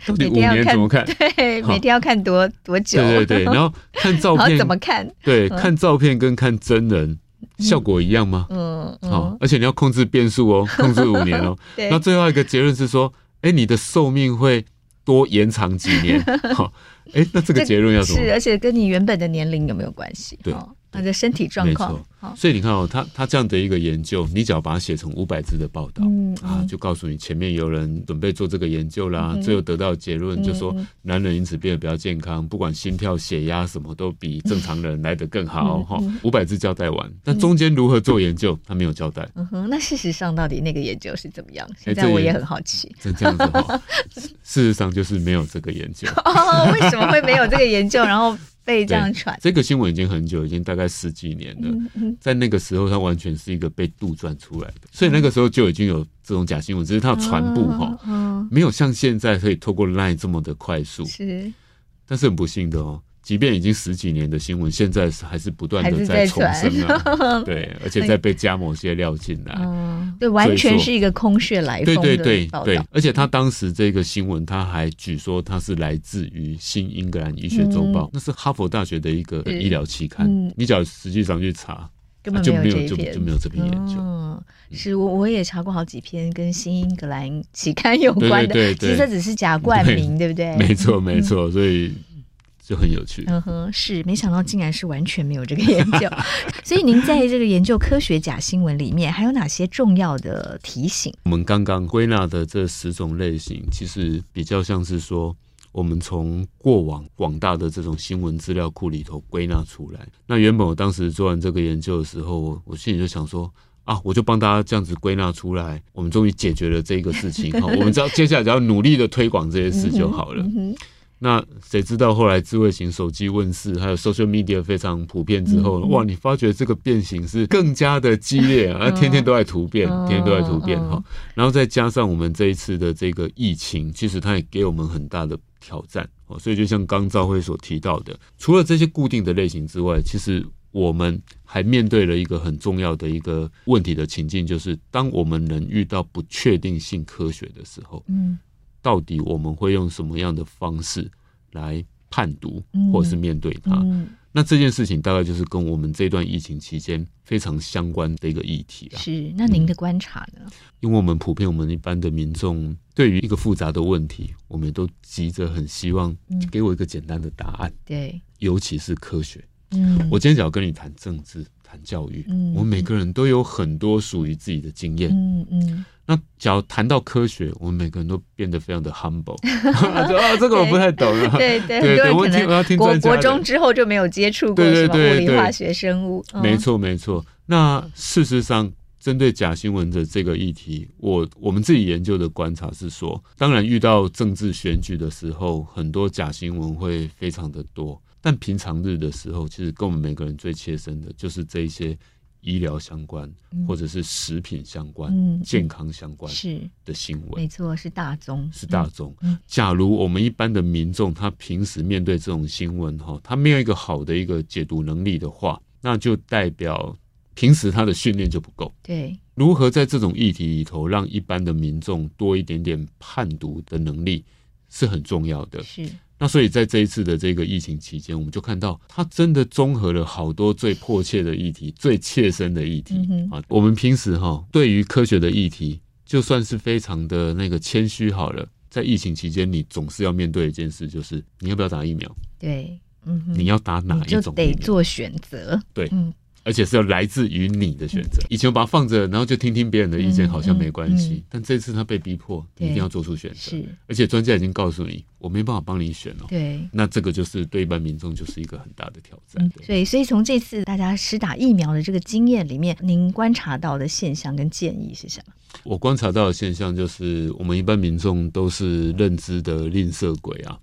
Speaker 2: 到底
Speaker 1: 每
Speaker 2: 五
Speaker 1: 天要
Speaker 2: 年
Speaker 1: 看
Speaker 2: 怎么看？
Speaker 1: 对，
Speaker 2: 好
Speaker 1: 每天要看多多久？
Speaker 2: 对对对， 然后看照
Speaker 1: 然后
Speaker 2: 片，
Speaker 1: 怎么嗯看？
Speaker 2: 对，看照片跟看真人效果一样吗？
Speaker 1: 嗯
Speaker 2: 好、
Speaker 1: 嗯，
Speaker 2: 哦而且你要控制变 数哦，控制五年哦。
Speaker 1: 对
Speaker 2: 那最后一个结论是说，哎，你的寿命会多延长几 年？好、哎，那这个结论要怎么
Speaker 1: 是，而且跟你原本的年龄有没有关系？
Speaker 2: 对
Speaker 1: 哦，你的身体状
Speaker 2: 没
Speaker 1: 况
Speaker 2: 错。
Speaker 1: 好
Speaker 2: 所以你看哦，他他这样的一个研究，你只要把它写成五百字的报道、
Speaker 1: 嗯
Speaker 2: 啊，就告诉你前面有人准备做这个研究啦，最后得到结
Speaker 1: 嗯
Speaker 2: 论就说男人因此变得比较健康，不管心跳、血压什么都比正常人来得更
Speaker 1: 嗯
Speaker 2: 好哈。五百、字交代完，但中间如何做研究，他没有交代。
Speaker 1: 嗯哼，那事实上到底那个研究是怎么样？现在
Speaker 2: 哎这也
Speaker 1: 我也很好奇。
Speaker 2: 这这样子哈，事实上就是没有这个研究。
Speaker 1: 哦，为什么会没有这个研究，然后被这样
Speaker 2: 对
Speaker 1: 传？嗯
Speaker 2: 这个新闻已经很久，已经大概十几年了。在那个时候，它完全是一个被杜撰出来的，所以那个时候就已经有这种假新闻，只是它的传播哈，
Speaker 1: 嗯，
Speaker 2: 没有像现在可以透过 LINE 这么的快速。
Speaker 1: 是
Speaker 2: 但是很不幸的哦，即便已经十几年的新闻，现在还是不断
Speaker 1: 还
Speaker 2: 的
Speaker 1: 是在
Speaker 2: 重
Speaker 1: 传
Speaker 2: 生 啊，对，而且在被加某些料进来。
Speaker 1: 嗯，对，完全是一个空穴来
Speaker 2: 对
Speaker 1: 风
Speaker 2: 对
Speaker 1: 的
Speaker 2: 对
Speaker 1: 报嗯
Speaker 2: 对
Speaker 1: 道。，
Speaker 2: 而且他当时这个新闻，他还举说他是来自于《新英格兰医学周报》那是哈佛大学的一个
Speaker 1: 嗯是
Speaker 2: 医疗期刊。
Speaker 1: 嗯
Speaker 2: 你只要实际上去查，
Speaker 1: 根
Speaker 2: 啊
Speaker 1: 本
Speaker 2: 就
Speaker 1: 没
Speaker 2: 没
Speaker 1: 有这
Speaker 2: 有
Speaker 1: 一
Speaker 2: 就
Speaker 1: 篇，
Speaker 2: 就没有这篇研究。
Speaker 1: 嗯，是我我也查过好几篇跟新英格兰期刊有关的，
Speaker 2: 对对对对
Speaker 1: 其实这只是假冠名，对不对？
Speaker 2: 没错，没错，所以就很有趣。
Speaker 1: 嗯哼，是，没想到竟然是完全没有这个研究， 所以您在这个研究科学假新闻里面还有哪些重要的提醒？
Speaker 2: 我们刚刚归纳的这十种类型，其实比较像是说，我们从过往广大的这种新闻资料库里头归纳出来。那原本我当时做完这个研究的时候，我我心里就想说。啊，我就帮大家这样子归纳出来，我们终于解决了这个事情哈。我们只要接下来只要努力的推广这些事就好了。
Speaker 1: 嗯
Speaker 2: 那谁知道后来智慧型手机问世，还有 social media 非常普遍之后，
Speaker 1: 嗯
Speaker 2: 哇，你发觉这个变形是更加的激烈，啊，天天都在突变，
Speaker 1: 嗯
Speaker 2: 天天都在突变
Speaker 1: 嗯
Speaker 2: 哈、然后再加上我们这一次的这个疫情，其实它也给我们很大的挑战哦。所以就像刚赵辉所提到的，除了这些固定的类型之外，其实我们还面对了一个很重要的一个问题的情境，就是当我们人遇到不确定性科学的时候，
Speaker 1: 嗯
Speaker 2: 到底我们会用什么样的方式来判读
Speaker 1: 嗯，
Speaker 2: 或者是面对它？
Speaker 1: 嗯，
Speaker 2: 那这件事情大概就是跟我们这段疫情期间非常相关的一个议题啦。
Speaker 1: 是。那您的观察呢？
Speaker 2: 因为我们普遍我们一般的民众对于一个复杂的问题，我们都急着很希望
Speaker 1: 嗯
Speaker 2: 给我一个简单的答案，
Speaker 1: 对，
Speaker 2: 尤其是科学。
Speaker 1: 嗯，
Speaker 2: 我今天只要跟你谈政治、谈教育，
Speaker 1: 嗯
Speaker 2: 我们每个人都有很多属于自己的经验。
Speaker 1: 嗯 嗯，
Speaker 2: 那只要谈到科学，我们每个人都变得非常的 humble，就 啊，这个我不太懂啊。
Speaker 1: 对对，
Speaker 2: 对对
Speaker 1: 很多
Speaker 2: 我
Speaker 1: 人
Speaker 2: 听我要
Speaker 1: 可能
Speaker 2: 听
Speaker 1: 国
Speaker 2: 专家
Speaker 1: 国
Speaker 2: 的
Speaker 1: 中之后就没有接触过
Speaker 2: 对对
Speaker 1: 什么
Speaker 2: 对
Speaker 1: 物理、
Speaker 2: 对
Speaker 1: 化学、生物，嗯
Speaker 2: 没，错，没错。那事实上，针对假新闻的这个议题，我我们自己研究的观察是说，当然遇到政治选举的时候，很多假新闻会非常的多，但平常日的时候，其实跟我们每个人最切身的就是这一些医疗相关，或者是食品相关、
Speaker 1: 嗯嗯嗯
Speaker 2: 健康相关
Speaker 1: 是
Speaker 2: 的新闻。
Speaker 1: 没错，是大宗，嗯
Speaker 2: 是大众。假如我们一般的民众，他平时面对这种新闻哈，他没有一个好的一个解读能力的话，那就代表平时他的训练就不够。
Speaker 1: 对，
Speaker 2: 如何在这种议题里头，让一般的民众多一点点判读的能力，是很重要的。
Speaker 1: 是，
Speaker 2: 那所以在这一次的这个疫情期间，我们就看到它真的综合了好多最迫切的议题、最切身的议题、
Speaker 1: 嗯
Speaker 2: 啊。我们平时哈对于科学的议题，就算是非常的那个谦虚好了，在疫情期间，你总是要面对一件事，就是你要不要打疫苗？
Speaker 1: 对，嗯哼
Speaker 2: 你要打哪
Speaker 1: 你
Speaker 2: 一
Speaker 1: 就
Speaker 2: 种疫
Speaker 1: 得
Speaker 2: 苗
Speaker 1: 做选择。
Speaker 2: 对
Speaker 1: 嗯，
Speaker 2: 而且是要来自于你的选择。以前我把它放着，然后就听听别人的意见，
Speaker 1: 嗯
Speaker 2: 好像没关系。
Speaker 1: 嗯嗯
Speaker 2: 但这次他被逼迫，你
Speaker 1: 对
Speaker 2: 一定要做出选择。
Speaker 1: 是，
Speaker 2: 而且专家已经告诉你，我没办法帮你选哦。
Speaker 1: 对。
Speaker 2: 那这个就是对一般民众就是一个很大的挑战
Speaker 1: 嗯。，所以，所以从这次大家施打疫苗的这个经验里面，您观察到的现象跟建议是什 么？
Speaker 2: 我观察到的现象就是，我们一般民众都是认知的吝啬鬼 啊。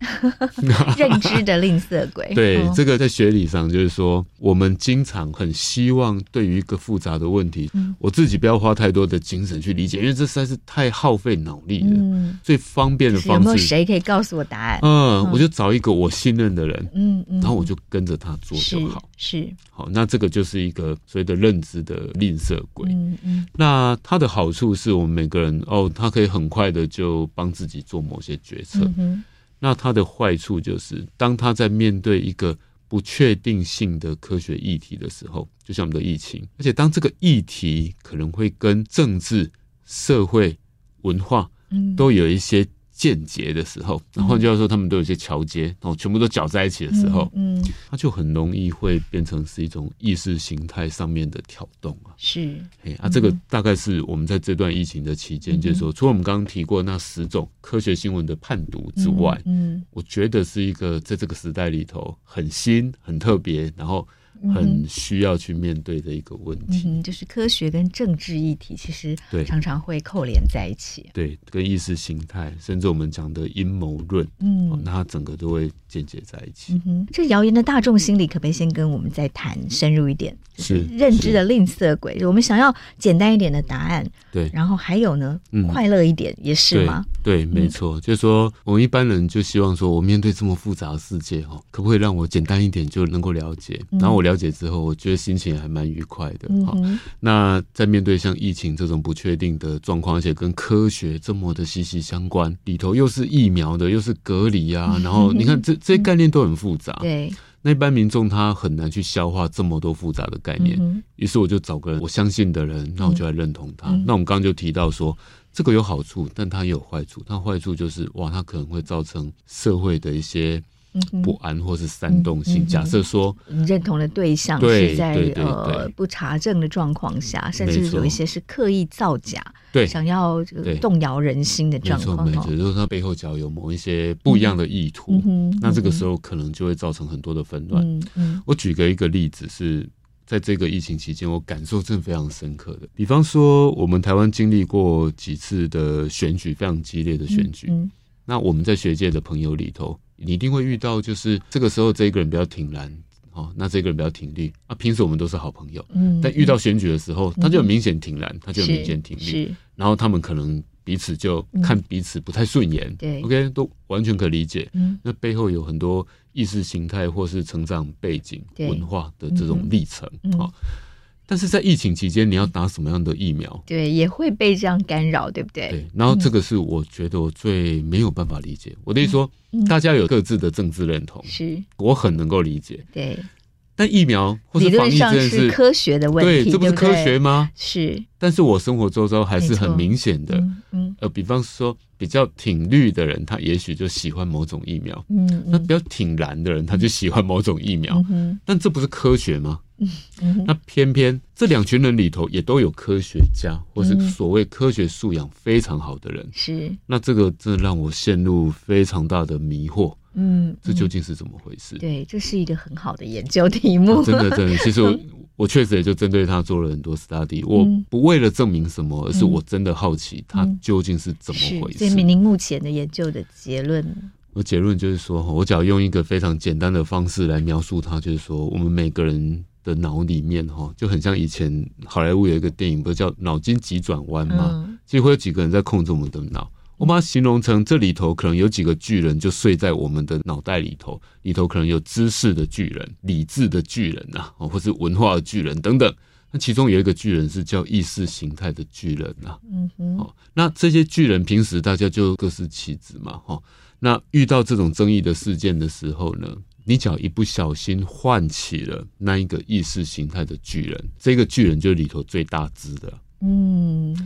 Speaker 1: 认知的吝啬鬼。
Speaker 2: 对，
Speaker 1: 哦
Speaker 2: 这个在学理上就是说，我们经常很希望对于一个复杂的问题，
Speaker 1: 嗯
Speaker 2: 我自己不要花太多的精神去理解，因为这实在是太耗费脑力了。
Speaker 1: 嗯，
Speaker 2: 最方便的
Speaker 1: 是有
Speaker 2: 方
Speaker 1: 没有
Speaker 2: 式，
Speaker 1: 谁可以告诉我答案？
Speaker 2: 嗯
Speaker 1: 嗯，
Speaker 2: 我就找一个我信任的人，
Speaker 1: 嗯嗯，
Speaker 2: 然后我就跟着他做
Speaker 1: 是
Speaker 2: 就好。
Speaker 1: 是，
Speaker 2: 好，那这个就是一个所谓的认知的吝啬鬼。
Speaker 1: 嗯嗯
Speaker 2: 那它的好处是我们每个人哦，他可以很快的就帮自己做某些决策。
Speaker 1: 嗯哼，
Speaker 2: 那它的坏处就是，当他在面对一个不确定性的科学议题的时候，就像我们的疫情，而且当这个议题可能会跟政治、社会、文化
Speaker 1: 嗯，
Speaker 2: 都有一些间接的时候，那换句话说，他们都有一些桥接，哦，全部都搅在一起的时候，
Speaker 1: 嗯，嗯
Speaker 2: 它就很容易会变成是一种意识形态上面的挑动啊。
Speaker 1: 是，
Speaker 2: 嘿，啊，这
Speaker 1: 嗯
Speaker 2: 个大概是我们在这段疫情的期间，就是说，除了我们刚刚提过那十种科学新闻的判读之外，
Speaker 1: 嗯，
Speaker 2: 我觉得是一个在这个时代里头很新、很特别，然后很需要去面对的一个问
Speaker 1: 嗯
Speaker 2: 题。
Speaker 1: 哼，就是科学跟政治议题其实
Speaker 2: 对
Speaker 1: 常常会扣连在一起。
Speaker 2: 对，跟意识形态，甚至我们讲的阴谋论，
Speaker 1: 嗯
Speaker 2: 哦，那它整个都会间接在一起。
Speaker 1: 嗯哼，这谣言的大众心理可不可以先跟我们再谈深入一点？就是
Speaker 2: 是
Speaker 1: 认知的吝啬鬼，我们想要简单一点的答案，
Speaker 2: 对，
Speaker 1: 然后还有呢，
Speaker 2: 嗯
Speaker 1: 快乐一点也是吗？嗯
Speaker 2: 对，对，没错，就是说我们一般人就希望说，我面对这么复杂的世界哦，可不可以让我简单一点就能够了解？然后我了解之后，我觉得心情还蛮愉快的。
Speaker 1: 嗯
Speaker 2: 好、
Speaker 1: 哼，
Speaker 2: 那在面对像疫情这种不确定的状况，而且跟科学这么的息息相关，里头又是疫苗的，又是隔离
Speaker 1: 嗯
Speaker 2: 啊，然后你看这这些概念都很复杂，
Speaker 1: 对，
Speaker 2: 那一般民众他很难去消化这么多复杂的概念。
Speaker 1: 嗯
Speaker 2: 于是我就找个人我相信的人，那我就来认同他。那我们刚刚就提到说，这个有好处，但它也有坏处。它坏处就是，哇，它可能会造成社会的一些不安或是煽动性。
Speaker 1: 嗯嗯嗯
Speaker 2: 假设说，
Speaker 1: 哼，你认同的对象
Speaker 2: 对
Speaker 1: 是在
Speaker 2: 对对
Speaker 1: 呃
Speaker 2: 对
Speaker 1: 不查证的状况下，甚至
Speaker 2: 没错
Speaker 1: 有一些是刻意造假，
Speaker 2: 对，
Speaker 1: 想要这个
Speaker 2: 对
Speaker 1: 动摇人心的
Speaker 2: 没
Speaker 1: 状
Speaker 2: 错
Speaker 1: 况
Speaker 2: 没
Speaker 1: 哦
Speaker 2: 错，。就是它背后只要有某一些不一样的意图，
Speaker 1: 嗯哼
Speaker 2: 那这个时候可能就会造成很多的纷乱。
Speaker 1: 嗯嗯
Speaker 2: 我举个一个例子是。在这个疫情期间，我感受真的非常深刻的。比方说，我们台湾经历过几次的选举，非常激烈的选举。
Speaker 1: 嗯
Speaker 2: 那我们在学界的朋友里头，你一定会遇到，就是这个时候这一个人比较挺蓝，哦，那这个人比较挺绿啊。平时我们都是好朋友，
Speaker 1: 嗯，
Speaker 2: 但遇到选举的时候，他就很明显挺蓝，他就很
Speaker 1: 是
Speaker 2: 明显挺绿，
Speaker 1: 是
Speaker 2: 然后他们可能彼此就看彼此不太顺眼，
Speaker 1: 嗯对
Speaker 2: ，OK，都完全可理解。
Speaker 1: 嗯
Speaker 2: 那背后有很多意识形态或是成长背景、
Speaker 1: 对
Speaker 2: 文化的这种历程
Speaker 1: 嗯哼嗯
Speaker 2: 哦。但是在疫情期间，你要打什么样的疫苗？
Speaker 1: 对，也会被这样干扰，对不对？嗯
Speaker 2: 对，然后这个是我觉得我最没有办法理解。我的意思说，大家有各自的政治认同，
Speaker 1: 嗯是，
Speaker 2: 我很能够理解。
Speaker 1: 对，
Speaker 2: 但疫苗或
Speaker 1: 理
Speaker 2: 是防
Speaker 1: 论
Speaker 2: 疫
Speaker 1: 上
Speaker 2: 这件
Speaker 1: 是
Speaker 2: 事，
Speaker 1: 科学的问
Speaker 2: 对，
Speaker 1: 题，
Speaker 2: 这不是
Speaker 1: 对
Speaker 2: 科学
Speaker 1: 对
Speaker 2: 吗？
Speaker 1: 是
Speaker 2: 但是我生活周遭还是
Speaker 1: 没错
Speaker 2: 很明显的。
Speaker 1: 嗯嗯
Speaker 2: 呃，比方说比较挺绿的人，他也许就喜欢某种疫苗；
Speaker 1: 嗯
Speaker 2: 那比较挺蓝的人，他就喜欢某种疫苗。
Speaker 1: 嗯
Speaker 2: 但这不是科学吗？
Speaker 1: 嗯哼
Speaker 2: 那偏偏这两群人里头也都有科学家，或是
Speaker 1: 嗯
Speaker 2: 所谓科学素养非常好的人。
Speaker 1: 是
Speaker 2: 那这个真的让我陷入非常大的迷惑，
Speaker 1: 嗯，
Speaker 2: 这究
Speaker 1: 嗯
Speaker 2: 竟是怎么回事？
Speaker 1: 对，这是一个很好的研究题目，
Speaker 2: 啊 真的，真的，其实我我确实也就针对他做了很多 study，我
Speaker 1: 嗯
Speaker 2: 不为了证明什么，而是我真的好奇他究竟是怎么
Speaker 1: 是
Speaker 2: 回
Speaker 1: 所以
Speaker 2: 事。
Speaker 1: 您目前的研究的结论，
Speaker 2: 我结论就是说，我只要用一个非常简单的方式来描述他，就是说我们每个人。的脑里面哈，就很像以前好莱坞有一个电影，不是叫《脑筋急转弯》吗？
Speaker 1: 嗯
Speaker 2: 其实会有几个人在控制我们的脑。我把它形容成这里头可能有几个巨人就睡在我们的脑袋里头，里头可能有知识的巨人、理智的巨人啊，哦或是文化的巨人等等。那其中有一个巨人是叫意识形态的巨人啊，
Speaker 1: 嗯哼，
Speaker 2: 哦，那这些巨人平时大家就各司其职嘛，哈、哦。那遇到这种争议的事件的时候呢，你只要一不小心唤起了那一个意识形态的巨人，这个巨人就是里头最大只的，
Speaker 1: 嗯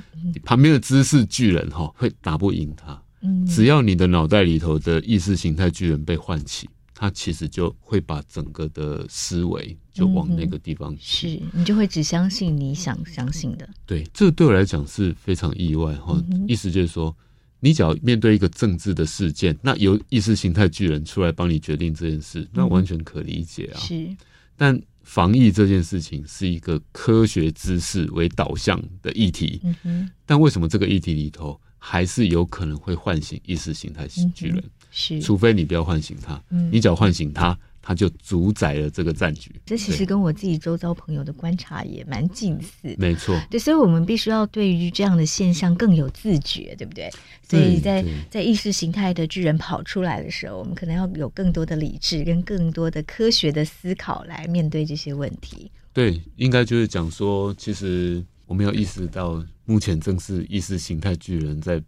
Speaker 2: 旁边的知识巨人哈会打不赢他。
Speaker 1: 嗯，
Speaker 2: 只要你的脑袋里头的意识形态巨人被唤起，他其实就会把整个的思维就往那个地方
Speaker 1: 嗯
Speaker 2: 去。
Speaker 1: 是你就会只相信你想相信的，
Speaker 2: 对，这个对我来讲是非常意外哈。
Speaker 1: 嗯
Speaker 2: 意思就是说，你只要面对一个政治的事件，那由意识形态巨人出来帮你决定这件事，那完全可理解啊。
Speaker 1: 嗯是
Speaker 2: 但防疫这件事情是一个科学知识为导向的议题，
Speaker 1: 嗯哼，
Speaker 2: 但为什么这个议题里头还是有可能会唤醒意识形态巨人？
Speaker 1: 嗯是。
Speaker 2: 除非你不要唤醒他，
Speaker 1: 嗯
Speaker 2: 你只要唤醒他，他就主宰了这个战局。
Speaker 1: 这其实跟我自己周遭朋友的观察也蛮近似的。
Speaker 2: 没错，
Speaker 1: 对，所以我们必须要对于这样的现象更有自觉，对不对？所以在
Speaker 2: 对
Speaker 1: 在意识形态的巨人跑出来的时候，我们可能要有更多的理智跟更多的科学的思考来面对这些问题。
Speaker 2: 对，应该就是讲说，其实我们要意识到，目前正是意识形态巨人在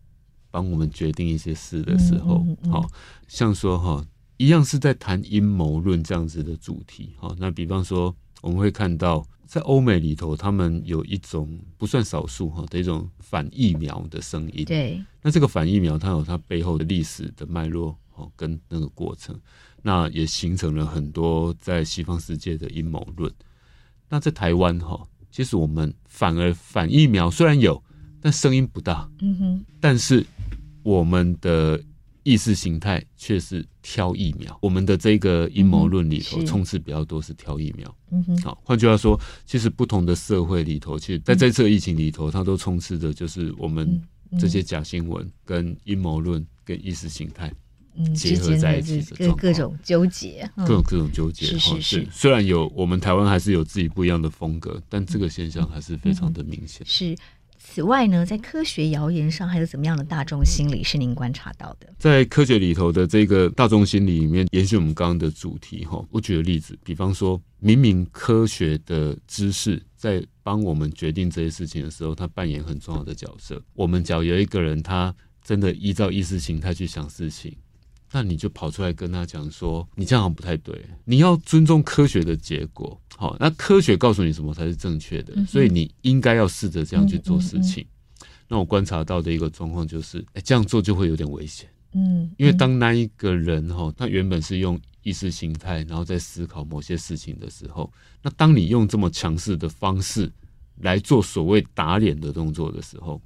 Speaker 2: 帮我们决定一些事的时候。好、
Speaker 1: 嗯嗯嗯
Speaker 2: 像说哈，一样是在谈阴谋论这样子的主题。好，那比方说，我们会看到在欧美里头，他们有一种不算少数哈的一种反疫苗的声音。
Speaker 1: 对，
Speaker 2: 那这个反疫苗，它有它背后的历史的脉络哦，跟那个过程，那也形成了很多在西方世界的阴谋论。那在台湾哈、哦，其实我们反而反疫苗虽然有，但声音不大，
Speaker 1: 嗯哼，
Speaker 2: 但是我们的意识形态却是挑疫苗。我们的这个阴谋论里头
Speaker 1: 嗯是
Speaker 2: 充斥比较多是挑疫苗。
Speaker 1: 嗯哼，
Speaker 2: 好，换句话说，其实不同的社会里头，其实在这次疫情里头，它都充斥着就是我
Speaker 1: 嗯
Speaker 2: 们这些假新闻、跟阴谋论、跟意识形态
Speaker 1: 嗯，
Speaker 2: 结
Speaker 1: 之
Speaker 2: 合
Speaker 1: 间
Speaker 2: 在
Speaker 1: 的
Speaker 2: 一起
Speaker 1: 这各
Speaker 2: 的
Speaker 1: 各
Speaker 2: 状况
Speaker 1: 种纠结，嗯
Speaker 2: 各种各种纠结。
Speaker 1: 是
Speaker 2: 哈
Speaker 1: 是是
Speaker 2: 虽然有我们台湾还是有自己不一样的风格，但这个现象还是非
Speaker 1: 嗯
Speaker 2: 常的明显。
Speaker 1: 是。此外呢，在科学谣言上还有怎么样的大众心理是您观察到的？
Speaker 2: 在科学里头的这个大众心理里面，延续我们刚刚的主题哈，我举个例子，比方说，明明科学的知识在帮我们决定这些事情的时候，它扮演很重要的角色。我们只要有一个人他真的依照意识形态去想事情，那你就跑出来跟他讲说，你这样好像不太对，你要尊重科学的结果。好，那科学告诉你什么才是正确的，所以你应该要试着这样去做事情。那我观察到的一个状况就是，哎、这样做就会有点危险。
Speaker 1: 嗯，
Speaker 2: 因为当那一个人哈，他原本是用意识形态，然后在思考某些事情的时候，那当你用这么强势的方式来做所谓打脸的动作的时候，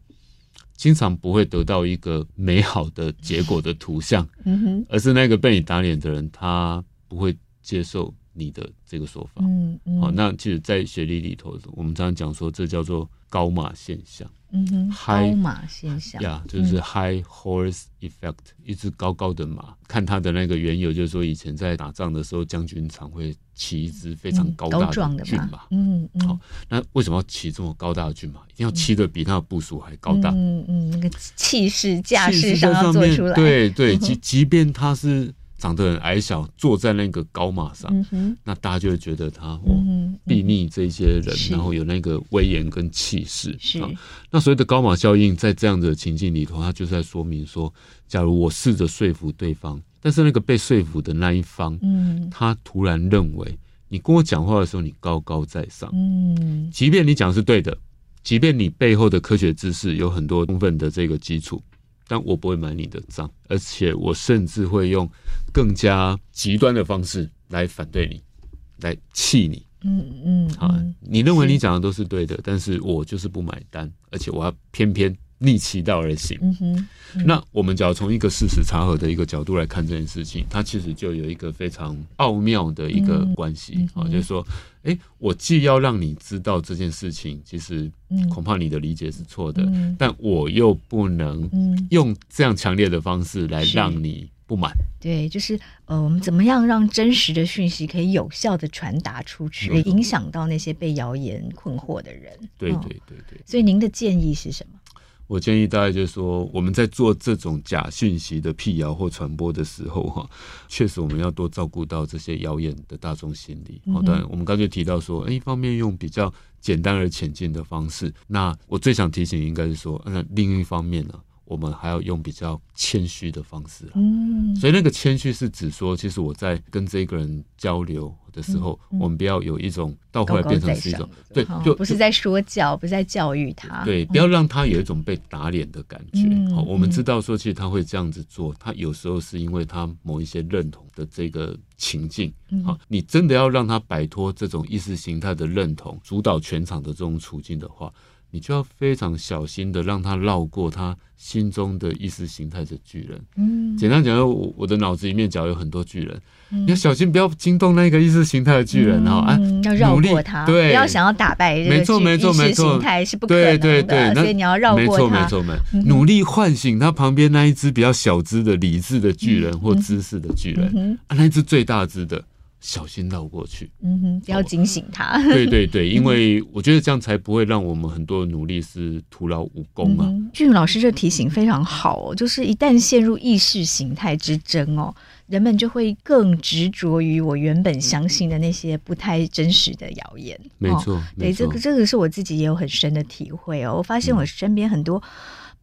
Speaker 2: 经常不会得到一个美好的结果的图像，
Speaker 1: 嗯哼，
Speaker 2: 而是那个被你打脸的人，他不会接受你的这个说法。
Speaker 1: 嗯嗯，
Speaker 2: 好，那其实，在学历里头，我们常常讲说，这叫做高马现象。
Speaker 1: 嗯哼，
Speaker 2: 嗨
Speaker 1: 高马现象，
Speaker 2: 呀就是
Speaker 1: 嗯
Speaker 2: high horse effect，、一只高高的马。看它的那个缘由，就是说以前在打仗的时候，将军常会骑一只非常
Speaker 1: 嗯
Speaker 2: 高
Speaker 1: 高
Speaker 2: 大
Speaker 1: 壮的
Speaker 2: 骏马。
Speaker 1: 嘛，嗯嗯，
Speaker 2: 好那为什么要骑这么高大的骏马？一定要骑得比他的部属还高大，
Speaker 1: 嗯嗯，那个气势架
Speaker 2: 气
Speaker 1: 势
Speaker 2: 势在
Speaker 1: 要做
Speaker 2: 面
Speaker 1: 出来，，嗯
Speaker 2: 对对，即即便他是长得很矮小，坐在那个高马上，
Speaker 1: 嗯哼，
Speaker 2: 那大家就会觉得他哦
Speaker 1: 嗯哼，
Speaker 2: 睥睨这些人，
Speaker 1: 是
Speaker 2: 然后有那个威严跟气势。
Speaker 1: 是
Speaker 2: 啊那所谓的高马效应，在这样的情境里头，它就是在说明说，假如我试着说服对方，但是那个被说服的那一方，
Speaker 1: 嗯
Speaker 2: 他突然认为你跟我讲话的时候，你高高在上，
Speaker 1: 嗯
Speaker 2: 即便你讲的是对的，即便你背后的科学知识有很多充分的这个基础，但我不会买你的账，而且我甚至会用更加极端的方式来反对你，来气你。
Speaker 1: 嗯嗯，
Speaker 2: 啊
Speaker 1: 嗯，
Speaker 2: 你认为
Speaker 1: 是
Speaker 2: 你讲的都是对的，但是我就是不买单，而且我要偏偏逆其道而行。
Speaker 1: 嗯哼，
Speaker 2: 那我们只要从一个事实查核的一个角度来看这件事情，它其实就有一个非常奥妙的一个
Speaker 1: 嗯
Speaker 2: 关系啊、就是说，哎、我既要让你知道这件事情，其实
Speaker 1: 嗯
Speaker 2: 恐怕你的理解是错的，
Speaker 1: 嗯
Speaker 2: 但我又不能
Speaker 1: 嗯，
Speaker 2: 用这样强烈的方式来
Speaker 1: 是
Speaker 2: 让你不满。
Speaker 1: 对，就是呃，我们怎么样让真实的讯息可以有效的传达出去，
Speaker 2: 没错
Speaker 1: 影响到那些被谣言困惑的人，
Speaker 2: 对
Speaker 1: 嗯
Speaker 2: 对对对。
Speaker 1: 所以您的建议是什么？
Speaker 2: 我建议大概就是说，我们在做这种假讯息的辟谣或传播的时候，哈，确实我们要多照顾到这些谣言的大众心理。
Speaker 1: 嗯
Speaker 2: 好、当然我们刚才提到说，哎，一方面用比较简单而浅近的方式，那我最想提醒应该是说，那另一方面呢，我们还要用比较谦虚的方式啦。啊
Speaker 1: 嗯
Speaker 2: 所以那个谦虚是指说，其实我在跟这个人交流的时候，
Speaker 1: 嗯嗯
Speaker 2: 我们不要有一种倒过来
Speaker 1: 高高
Speaker 2: 变成
Speaker 1: 在
Speaker 2: 是一
Speaker 1: 上
Speaker 2: 种
Speaker 1: 的
Speaker 2: 对
Speaker 1: 哦，
Speaker 2: 就
Speaker 1: 不是在说教，不是在教育他，
Speaker 2: 对，不要让他有一种被打脸的感觉。
Speaker 1: 啊嗯
Speaker 2: 好，我们
Speaker 1: 嗯
Speaker 2: 知道说，其实他会这样子做，他有时候是因为他某一些认同的这个情境。
Speaker 1: 嗯
Speaker 2: 好，你真的要让他摆脱这种意识形态的认同，主导全场的这种处境的话，你就要非常小心的让他绕过他心中的意识形态的巨人。
Speaker 1: 嗯，
Speaker 2: 简单讲，我我的脑子里面假如有很多巨人，你要小心不要惊动那个意识形态的巨人哈、啊
Speaker 1: 嗯，要绕
Speaker 2: 努力
Speaker 1: 过他，
Speaker 2: 对，
Speaker 1: 不要想要打败这个
Speaker 2: 没错
Speaker 1: 巨
Speaker 2: 没错
Speaker 1: 意识
Speaker 2: 没错
Speaker 1: 形态是不可能
Speaker 2: 对
Speaker 1: 的，
Speaker 2: 对对，那
Speaker 1: 所以你要绕
Speaker 2: 没
Speaker 1: 过嗯
Speaker 2: 错
Speaker 1: 他，
Speaker 2: 没错没错，努力唤醒他旁边那一只比较小只的理智的巨人或知识的巨人，
Speaker 1: 嗯
Speaker 2: 啊，那一只最大只的，小心绕 过去。
Speaker 1: 嗯哼，要警醒他，
Speaker 2: 对对
Speaker 1: 嗯
Speaker 2: 对，因为我觉得这样才不会让我们很多的努力是徒劳无功啊。
Speaker 1: 嗯俊宇老师这提醒非常好哦，就是一旦陷入意识形态之争哦，人们就会更执着于我原本相信的那些不太真实的谣言。
Speaker 2: 没
Speaker 1: 哦
Speaker 2: 错，没
Speaker 1: 对，这
Speaker 2: 错嗯
Speaker 1: 个，这个是我自己也有很深的体会哦。我发现我身边很多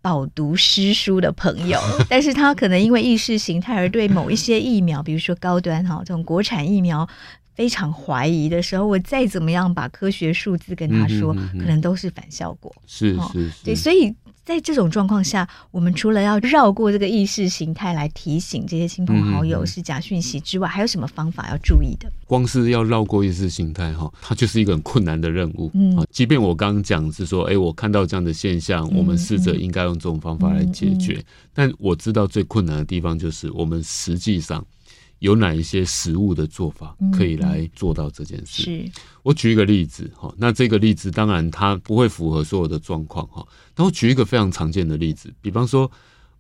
Speaker 1: 饱读诗书的朋友，但是他可能因为意识形态而对某一些疫苗，比如说高端哈、这种国产疫苗。非常怀疑的时候，我再怎么样把科学数字跟他说，
Speaker 2: 嗯哼嗯哼嗯
Speaker 1: 可能都是反效果。
Speaker 2: 是
Speaker 1: 哦
Speaker 2: 是是，
Speaker 1: 对，所以在这种状况下，我们除了要绕过这个意识形态来提醒这些亲朋好
Speaker 2: 嗯嗯
Speaker 1: 友
Speaker 2: 嗯
Speaker 1: 是假讯息之外，还有什么方法要注意的？
Speaker 2: 光是要绕过意识形态哈，它就是一个很困难的任务。
Speaker 1: 嗯
Speaker 2: 啊，即便我刚刚讲是说，哎、我看到这样的现象，
Speaker 1: 嗯
Speaker 2: 我们试着应该用这种方法来解决。但我知道最困难的地方就是，我们实际上有哪一些实物的做法
Speaker 1: 嗯
Speaker 2: 可以来做到这件事。
Speaker 1: 是，
Speaker 2: 我举一个例子哈，那这个例子当然它不会符合所有的状况哈。但我举一个非常常见的例子，比方说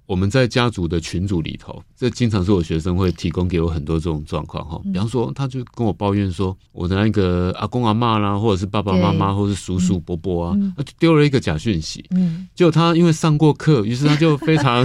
Speaker 2: 我们在家族的群组里头，这经常是我学生会提供给我很多这种状况哈。比方说，他就跟我抱怨说，我的那个阿公阿嬷啦，或者是爸爸妈妈，
Speaker 1: 对
Speaker 2: 或者是叔叔伯伯啊，啊就丢了一个假讯息。
Speaker 1: 嗯
Speaker 2: 结果他因为上过课，于是他就 非常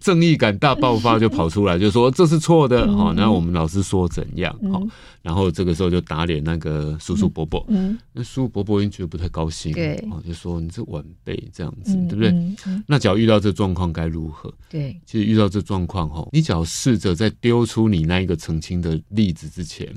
Speaker 2: 正义感大爆发，就跑出来就说这是错的
Speaker 1: 嗯
Speaker 2: 哈。那我们老师说怎样哈？然后这个时候就打脸那个叔叔伯伯，
Speaker 1: 嗯，
Speaker 2: 那叔叔伯伯已经觉得不太高兴，
Speaker 1: 对
Speaker 2: 哦，就说你这晚辈这样子，
Speaker 1: 嗯
Speaker 2: 对不对？
Speaker 1: 嗯嗯
Speaker 2: 那假如遇到这状况该如何？
Speaker 1: 对，
Speaker 2: 其实遇到这状况吼，你只要试着在丢出你那一个澄清的例子之前，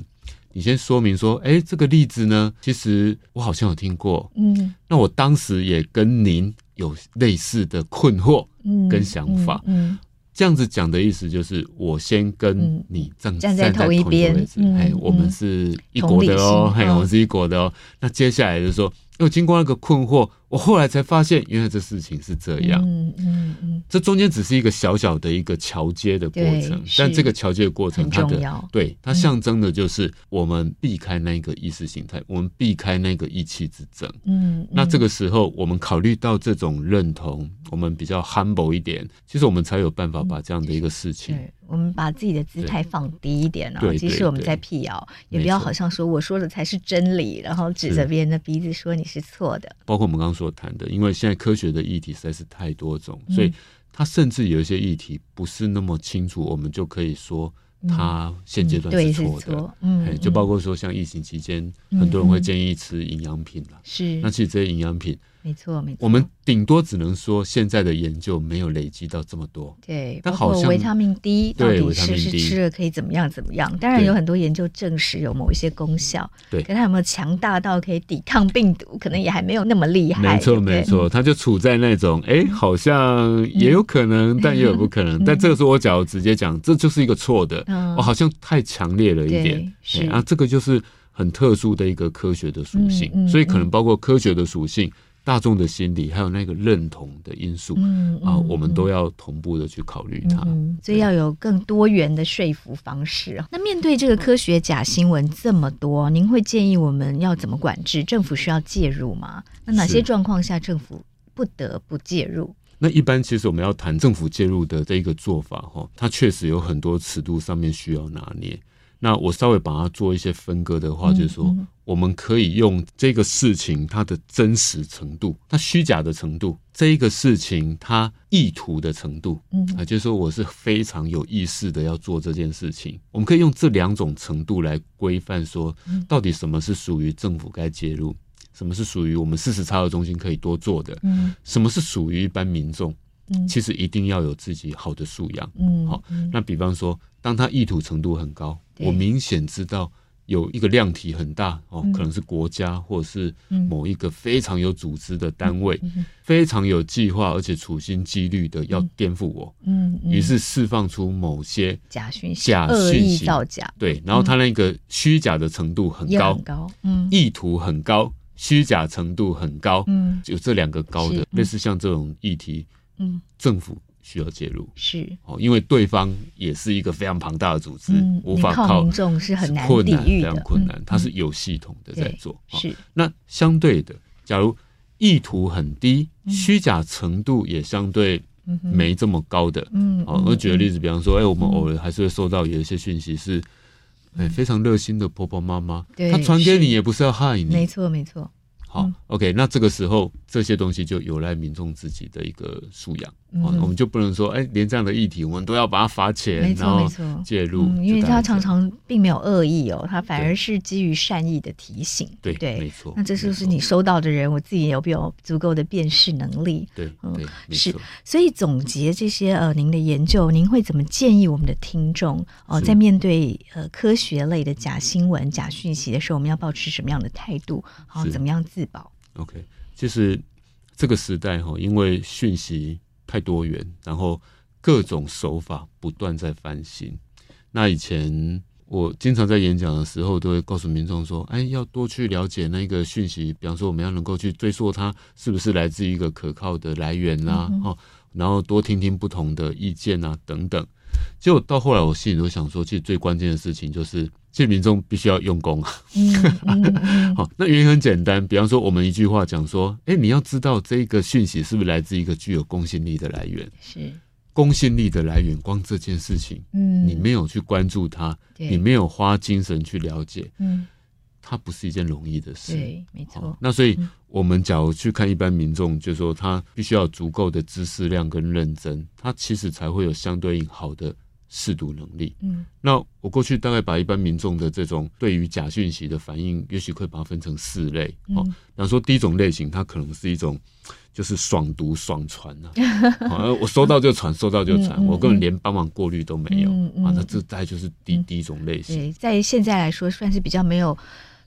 Speaker 2: 你先说明说，哎，这个例子呢，其实我好像有听过，
Speaker 1: 嗯
Speaker 2: 那我当时也跟您有类似的困惑，
Speaker 1: 嗯，
Speaker 2: 跟想法
Speaker 1: 嗯，
Speaker 2: 这样子讲的意思就是，我先跟
Speaker 1: 嗯
Speaker 2: 你站
Speaker 1: 站在同
Speaker 2: 同
Speaker 1: 一边
Speaker 2: 位置，
Speaker 1: 嗯
Speaker 2: 嘿，
Speaker 1: 嗯
Speaker 2: 我们是一国的哦
Speaker 1: 同理心，
Speaker 2: 嘿，
Speaker 1: 嗯
Speaker 2: 我们是一国的哦。那接下来就是说，因为经过那个困惑，我后来才发现，原来这事情是这
Speaker 1: 嗯
Speaker 2: 样。
Speaker 1: 嗯嗯嗯，
Speaker 2: 这中间只是一个小小的一个桥接的过程
Speaker 1: 对，是
Speaker 2: 但这个桥接的过程，
Speaker 1: 很
Speaker 2: 它
Speaker 1: 重
Speaker 2: 的
Speaker 1: 要
Speaker 2: 对它象征的就是我们避开那个意识形态，我们避开那个意气之争。
Speaker 1: 嗯，
Speaker 2: 那这
Speaker 1: 个
Speaker 2: 个时候，我们考虑到这种认同，我们比较 humble 一点，其实我们才有办法把这样的一个事情
Speaker 1: 嗯对，我们把自己的姿态放低一点哦
Speaker 2: 对。对
Speaker 1: 即使我们
Speaker 2: 对
Speaker 1: 在辟谣，也不
Speaker 2: 没
Speaker 1: 要
Speaker 2: 错
Speaker 1: 好像说我说的才是真理，然后指着
Speaker 2: 是
Speaker 1: 别人的鼻子说你是错的。
Speaker 2: 包括我们刚刚所谈的，因为现在科学的议题实在是太多种，所
Speaker 1: 嗯
Speaker 2: 以它甚至有一些议题不是那么清楚，我们就可以说它现阶段
Speaker 1: 嗯对
Speaker 2: 是
Speaker 1: 是
Speaker 2: 错的。
Speaker 1: 错，嗯
Speaker 2: 哎，
Speaker 1: 嗯
Speaker 2: 就包括说像疫情期间，
Speaker 1: 嗯
Speaker 2: 很多人会建议吃营养品啦。
Speaker 1: 是
Speaker 2: 那其实这些营养品，
Speaker 1: 没错没错，
Speaker 2: 我们顶多只能说现在的研究没有累积到这么多。
Speaker 1: 对，
Speaker 2: 但
Speaker 1: 包
Speaker 2: 好
Speaker 1: 括
Speaker 2: 像
Speaker 1: 维他命 D 到
Speaker 2: 对
Speaker 1: 底
Speaker 2: 维他
Speaker 1: 是不
Speaker 2: 命
Speaker 1: 是
Speaker 2: D
Speaker 1: 吃了可以怎么样怎么样？当然
Speaker 2: 对
Speaker 1: 有很多研究证实有某一些功效，
Speaker 2: 对
Speaker 1: 可它有没有强大到可以抵抗病毒，可能也还没有那么厉害。
Speaker 2: 没
Speaker 1: 对
Speaker 2: 错，
Speaker 1: 不对
Speaker 2: 没，错，它就处在那种哎，
Speaker 1: 嗯
Speaker 2: 好像也有可能，但也有不可能。但这个时候，我假如直接讲，这就是一个错的，哦
Speaker 1: 嗯
Speaker 2: 我好像太强烈了一点。
Speaker 1: 对
Speaker 2: 哎
Speaker 1: 是
Speaker 2: 啊，这个就是很特殊的一个科学的属性，
Speaker 1: 嗯嗯
Speaker 2: 所以可能包括科学的属性、大众的心理，还有那个认同的因素、
Speaker 1: 嗯
Speaker 2: 啊，
Speaker 1: 嗯
Speaker 2: 我们都要同步的去考虑它。
Speaker 1: 嗯，所以要有更多元的说服方式。那面对这个科学假新闻这么多，您会建议我们要怎么管制？政府需要介入吗？那哪些
Speaker 2: 是
Speaker 1: 状况下政府不得不介入？
Speaker 2: 那一般其实我们要谈政府介入的这一个做法哈，它确实有很多尺度上面需要拿捏。那我稍微把它做一些分割的
Speaker 1: 嗯
Speaker 2: 话，就是说我们可以用这个事情它的真实程度、它虚假的程度，这一个事情它意图的程度，
Speaker 1: 嗯
Speaker 2: 啊，就是说我是非常有意识的要做这件事情。我们可以用这两种程度来规范说，
Speaker 1: 嗯
Speaker 2: 到底什么是属于政府该介入，什么是属于我们事实查核中心可以多做的，
Speaker 1: 嗯
Speaker 2: 什么是属于一般民众，
Speaker 1: 嗯
Speaker 2: 呃其实一定要有自己好的素养。
Speaker 1: 嗯
Speaker 2: 好，那比方说，当他意图程度很高，
Speaker 1: 对
Speaker 2: 我明显知道有一个量体很大哦，
Speaker 1: 嗯
Speaker 2: 可能是国家或者是某一个非常有组织的单
Speaker 1: 嗯
Speaker 2: 位，非常有计划而且处心积虑的要颠覆我，
Speaker 1: 嗯，嗯
Speaker 2: 于是释放出某些
Speaker 1: 假讯息、
Speaker 2: 假
Speaker 1: 恶
Speaker 2: 讯
Speaker 1: 意
Speaker 2: 息，
Speaker 1: 造假
Speaker 2: 对，然后它那个虚假的程度很
Speaker 1: 也
Speaker 2: 高
Speaker 1: 很，高，嗯
Speaker 2: 意图很高，虚假程度很高，
Speaker 1: 嗯
Speaker 2: 有这两个高
Speaker 1: 是
Speaker 2: 的
Speaker 1: 嗯，
Speaker 2: 类似像这种议题，
Speaker 1: 嗯，
Speaker 2: 政府需要介入。
Speaker 1: 是。
Speaker 2: 哦，因为对方也是一个非常庞大的组织，
Speaker 1: 嗯
Speaker 2: 无法
Speaker 1: 你靠
Speaker 2: 靠
Speaker 1: 民众是很难
Speaker 2: 困难
Speaker 1: 抵御
Speaker 2: 非
Speaker 1: 的
Speaker 2: 常困
Speaker 1: 嗯
Speaker 2: 难，它是有系统的在
Speaker 1: 对
Speaker 2: 做。哦
Speaker 1: 是，
Speaker 2: 那相对的，假如意图很低，
Speaker 1: 嗯
Speaker 2: 虚假程度也相对没这么高的，
Speaker 1: 嗯
Speaker 2: 哦，我举个例子，比方说，哎、我们偶尔还是会收到有一些讯息是，哎、非常热心的婆婆妈妈，
Speaker 1: 嗯对
Speaker 2: 她传给
Speaker 1: 是
Speaker 2: 你也不是要害
Speaker 1: 没
Speaker 2: 你，
Speaker 1: 错，没错，
Speaker 2: 好、o
Speaker 1: 嗯
Speaker 2: k 那这个时候这些东西就有赖民众自己的一个素养，
Speaker 1: 嗯
Speaker 2: 哦，我们就不能说，哎、连这样的议题我们都要把它罚
Speaker 1: 没
Speaker 2: 钱，
Speaker 1: 错
Speaker 2: 然后
Speaker 1: 没错
Speaker 2: 介入，
Speaker 1: 嗯，因为
Speaker 2: 就大
Speaker 1: 他
Speaker 2: 概
Speaker 1: 常
Speaker 2: 这样
Speaker 1: 常并没有恶意哦，他反
Speaker 2: 对
Speaker 1: 而是基于善意的提醒，
Speaker 2: 对
Speaker 1: 不对
Speaker 2: 没错
Speaker 1: 那这就是
Speaker 2: 没错
Speaker 1: 你收到的人，我自己有没有足够的辨识能力？
Speaker 2: 对
Speaker 1: 嗯
Speaker 2: 对，没
Speaker 1: 是
Speaker 2: 错。
Speaker 1: 所以总结这些呃，您的研究，您会怎么建议我们的听众哦、
Speaker 2: 是
Speaker 1: 在面对呃科学类的假新闻、假讯息的时候，我们要保持什么样的态度？好、
Speaker 2: 是
Speaker 1: 怎么样自保？
Speaker 2: OK，其实这个时代哈，因为讯息太多元，然后各种手法不断在翻新。那以前我经常在演讲的时候，都会告诉民众说：“哎，要多去了解那个讯息，比方说我们要能够去追溯它是不是来自于一个可靠的来源啦、哦，然后多听听不同的意见啊，等等。”结果到后来，我心里都想说，其实最关键的事情就是，其实民众必须要用功啊。
Speaker 1: 嗯嗯 嗯
Speaker 2: 好，那原因很简单，比方说我们一句话讲说，哎、你要知道这个讯息是不是来自一个具有公信力的来源，
Speaker 1: 是
Speaker 2: 公信力的来源，光这件事情，
Speaker 1: 嗯，
Speaker 2: 你没有去关注它，
Speaker 1: 对
Speaker 2: 你没有花精神去了解，
Speaker 1: 嗯
Speaker 2: 它不是一件容易的事。
Speaker 1: 对，嗯没
Speaker 2: 好
Speaker 1: 错，，
Speaker 2: 那所以我们假如去看一般民众，就说他必须要有足够的知识量跟认真，他其实才会有相对应好的试读能力。
Speaker 1: 嗯
Speaker 2: 那我过去大概把一般民众的这种对于假讯息的反应，也许可以把它分成四类
Speaker 1: 嗯
Speaker 2: 哦。比方说，第一种类型，它可能是一种就是爽读爽传 呐、啊好，呃我收到就传，收到就传，
Speaker 1: 嗯嗯
Speaker 2: 我根本连帮忙过滤都没有、
Speaker 1: 嗯嗯嗯
Speaker 2: 啊。那这大概就是第、第一种类型。
Speaker 1: 对，在现在来说算是比较没有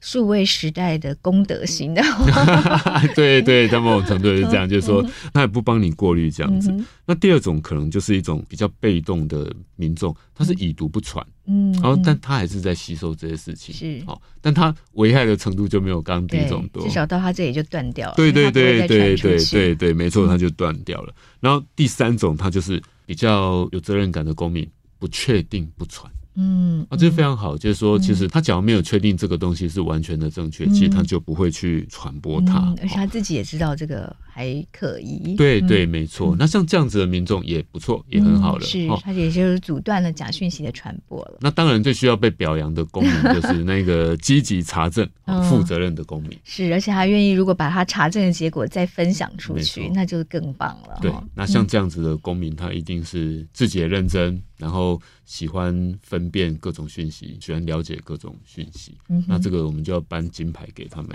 Speaker 1: 数位时代的公
Speaker 2: 嗯
Speaker 1: 德心的，
Speaker 2: 对对，在某种程度是这样，就是
Speaker 1: 嗯
Speaker 2: 说他也不帮你过滤这样子。那第二种可能就是一种比较被动的民众，他是已读不传。
Speaker 1: 嗯，
Speaker 2: 然后，哦但他还是在吸收这些事情，
Speaker 1: 是
Speaker 2: 好、但他危害的程度就没有刚刚第一
Speaker 1: 对
Speaker 2: 种多
Speaker 1: 至。少到他这里就断掉了，
Speaker 2: 对
Speaker 1: 因为
Speaker 2: 对
Speaker 1: 它不会再
Speaker 2: 对
Speaker 1: 传
Speaker 2: 对对
Speaker 1: 出去嗯
Speaker 2: 对对，没错，他就断掉了。然后第三种，他就是比较有责任感的公民，不确定不传
Speaker 1: 嗯，
Speaker 2: 啊，这非常好。就是说，其实他假如没有确定这个东西是完全的正确，其实他就不会去传播它。
Speaker 1: 嗯而且
Speaker 2: 哦
Speaker 1: 他自己也知道这个还可疑，
Speaker 2: 对
Speaker 1: 嗯
Speaker 2: 对，没错。那像这样子的民众也不错，也很好了。
Speaker 1: 是
Speaker 2: 哦，
Speaker 1: 他也就是阻断了假讯息的传播了。
Speaker 2: 那当然最需要被表扬的 公民就是那个积极查证、哦
Speaker 1: 嗯
Speaker 2: 负责任的公民。
Speaker 1: 是，而且他愿意，如果把他查证的结果再分享出
Speaker 2: 没
Speaker 1: 去，
Speaker 2: 错
Speaker 1: 那就更棒了。哦
Speaker 2: 对
Speaker 1: 哈，
Speaker 2: 那像这样子的公民，他一定是自己也认真，然后喜欢分辨各种讯息，喜欢了解各种讯息。那这个我们就要颁金牌给他们。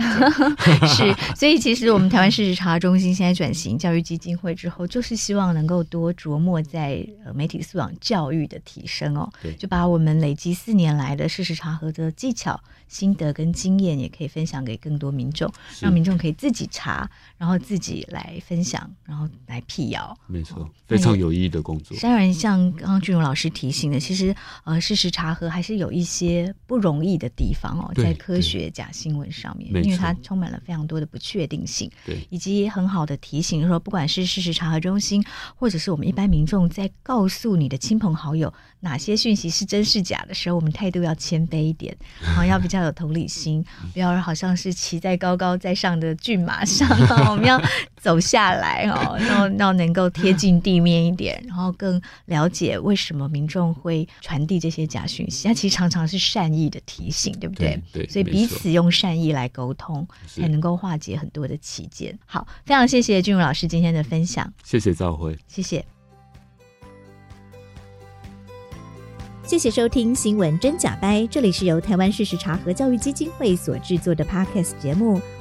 Speaker 2: 这 样
Speaker 1: 是，所以其实我们台湾事实查中心现在转型教育基金会之后，就是希望能够多琢磨在呃媒体素养教育的提升哦
Speaker 2: 对，
Speaker 1: 就把我们累积四年来的事实查核的技巧、心得跟经验，也可以分享给更多民众，
Speaker 2: 是
Speaker 1: 让民众可以自己查，然后自己来分享，然后来辟谣。
Speaker 2: 没错，
Speaker 1: 那
Speaker 2: 非
Speaker 1: 也
Speaker 2: 常有意义的工作。
Speaker 1: 当然，像刚刚俊荣老师提醒的，其实呃，事实查核还是有一些不容易的地方哦，
Speaker 2: 对
Speaker 1: 在科学假新闻上面
Speaker 2: 没，错
Speaker 1: 因为它充满了非常多的不确定性，
Speaker 2: 对
Speaker 1: 以及很好的提醒说，不管是事实查核中心，或者是我们一般民众在告诉你的亲朋好友哪些讯息是真是假的时候，我们态度要谦卑一点，啊，要比较有同理心，
Speaker 2: 嗯
Speaker 1: 不要好像是骑在高高在上的骏马上，我们要走下来哦，然后要能够贴近地面一点，然后更了解为什么民众会传递这些假讯息。它其实常常是善意的提醒，对不对？
Speaker 2: 对对
Speaker 1: 所以
Speaker 2: 没
Speaker 1: 彼
Speaker 2: 错
Speaker 1: 此用善意来沟通，
Speaker 2: 是
Speaker 1: 才能够化解很多的歧见。好，非常谢谢俊如老师今天的分享，
Speaker 2: 谢谢赵辉。
Speaker 1: 谢谢。
Speaker 3: 谢谢收听《新闻真假掰》，这里是由台湾事实查核教育基金会所制作的 Podcast 节目。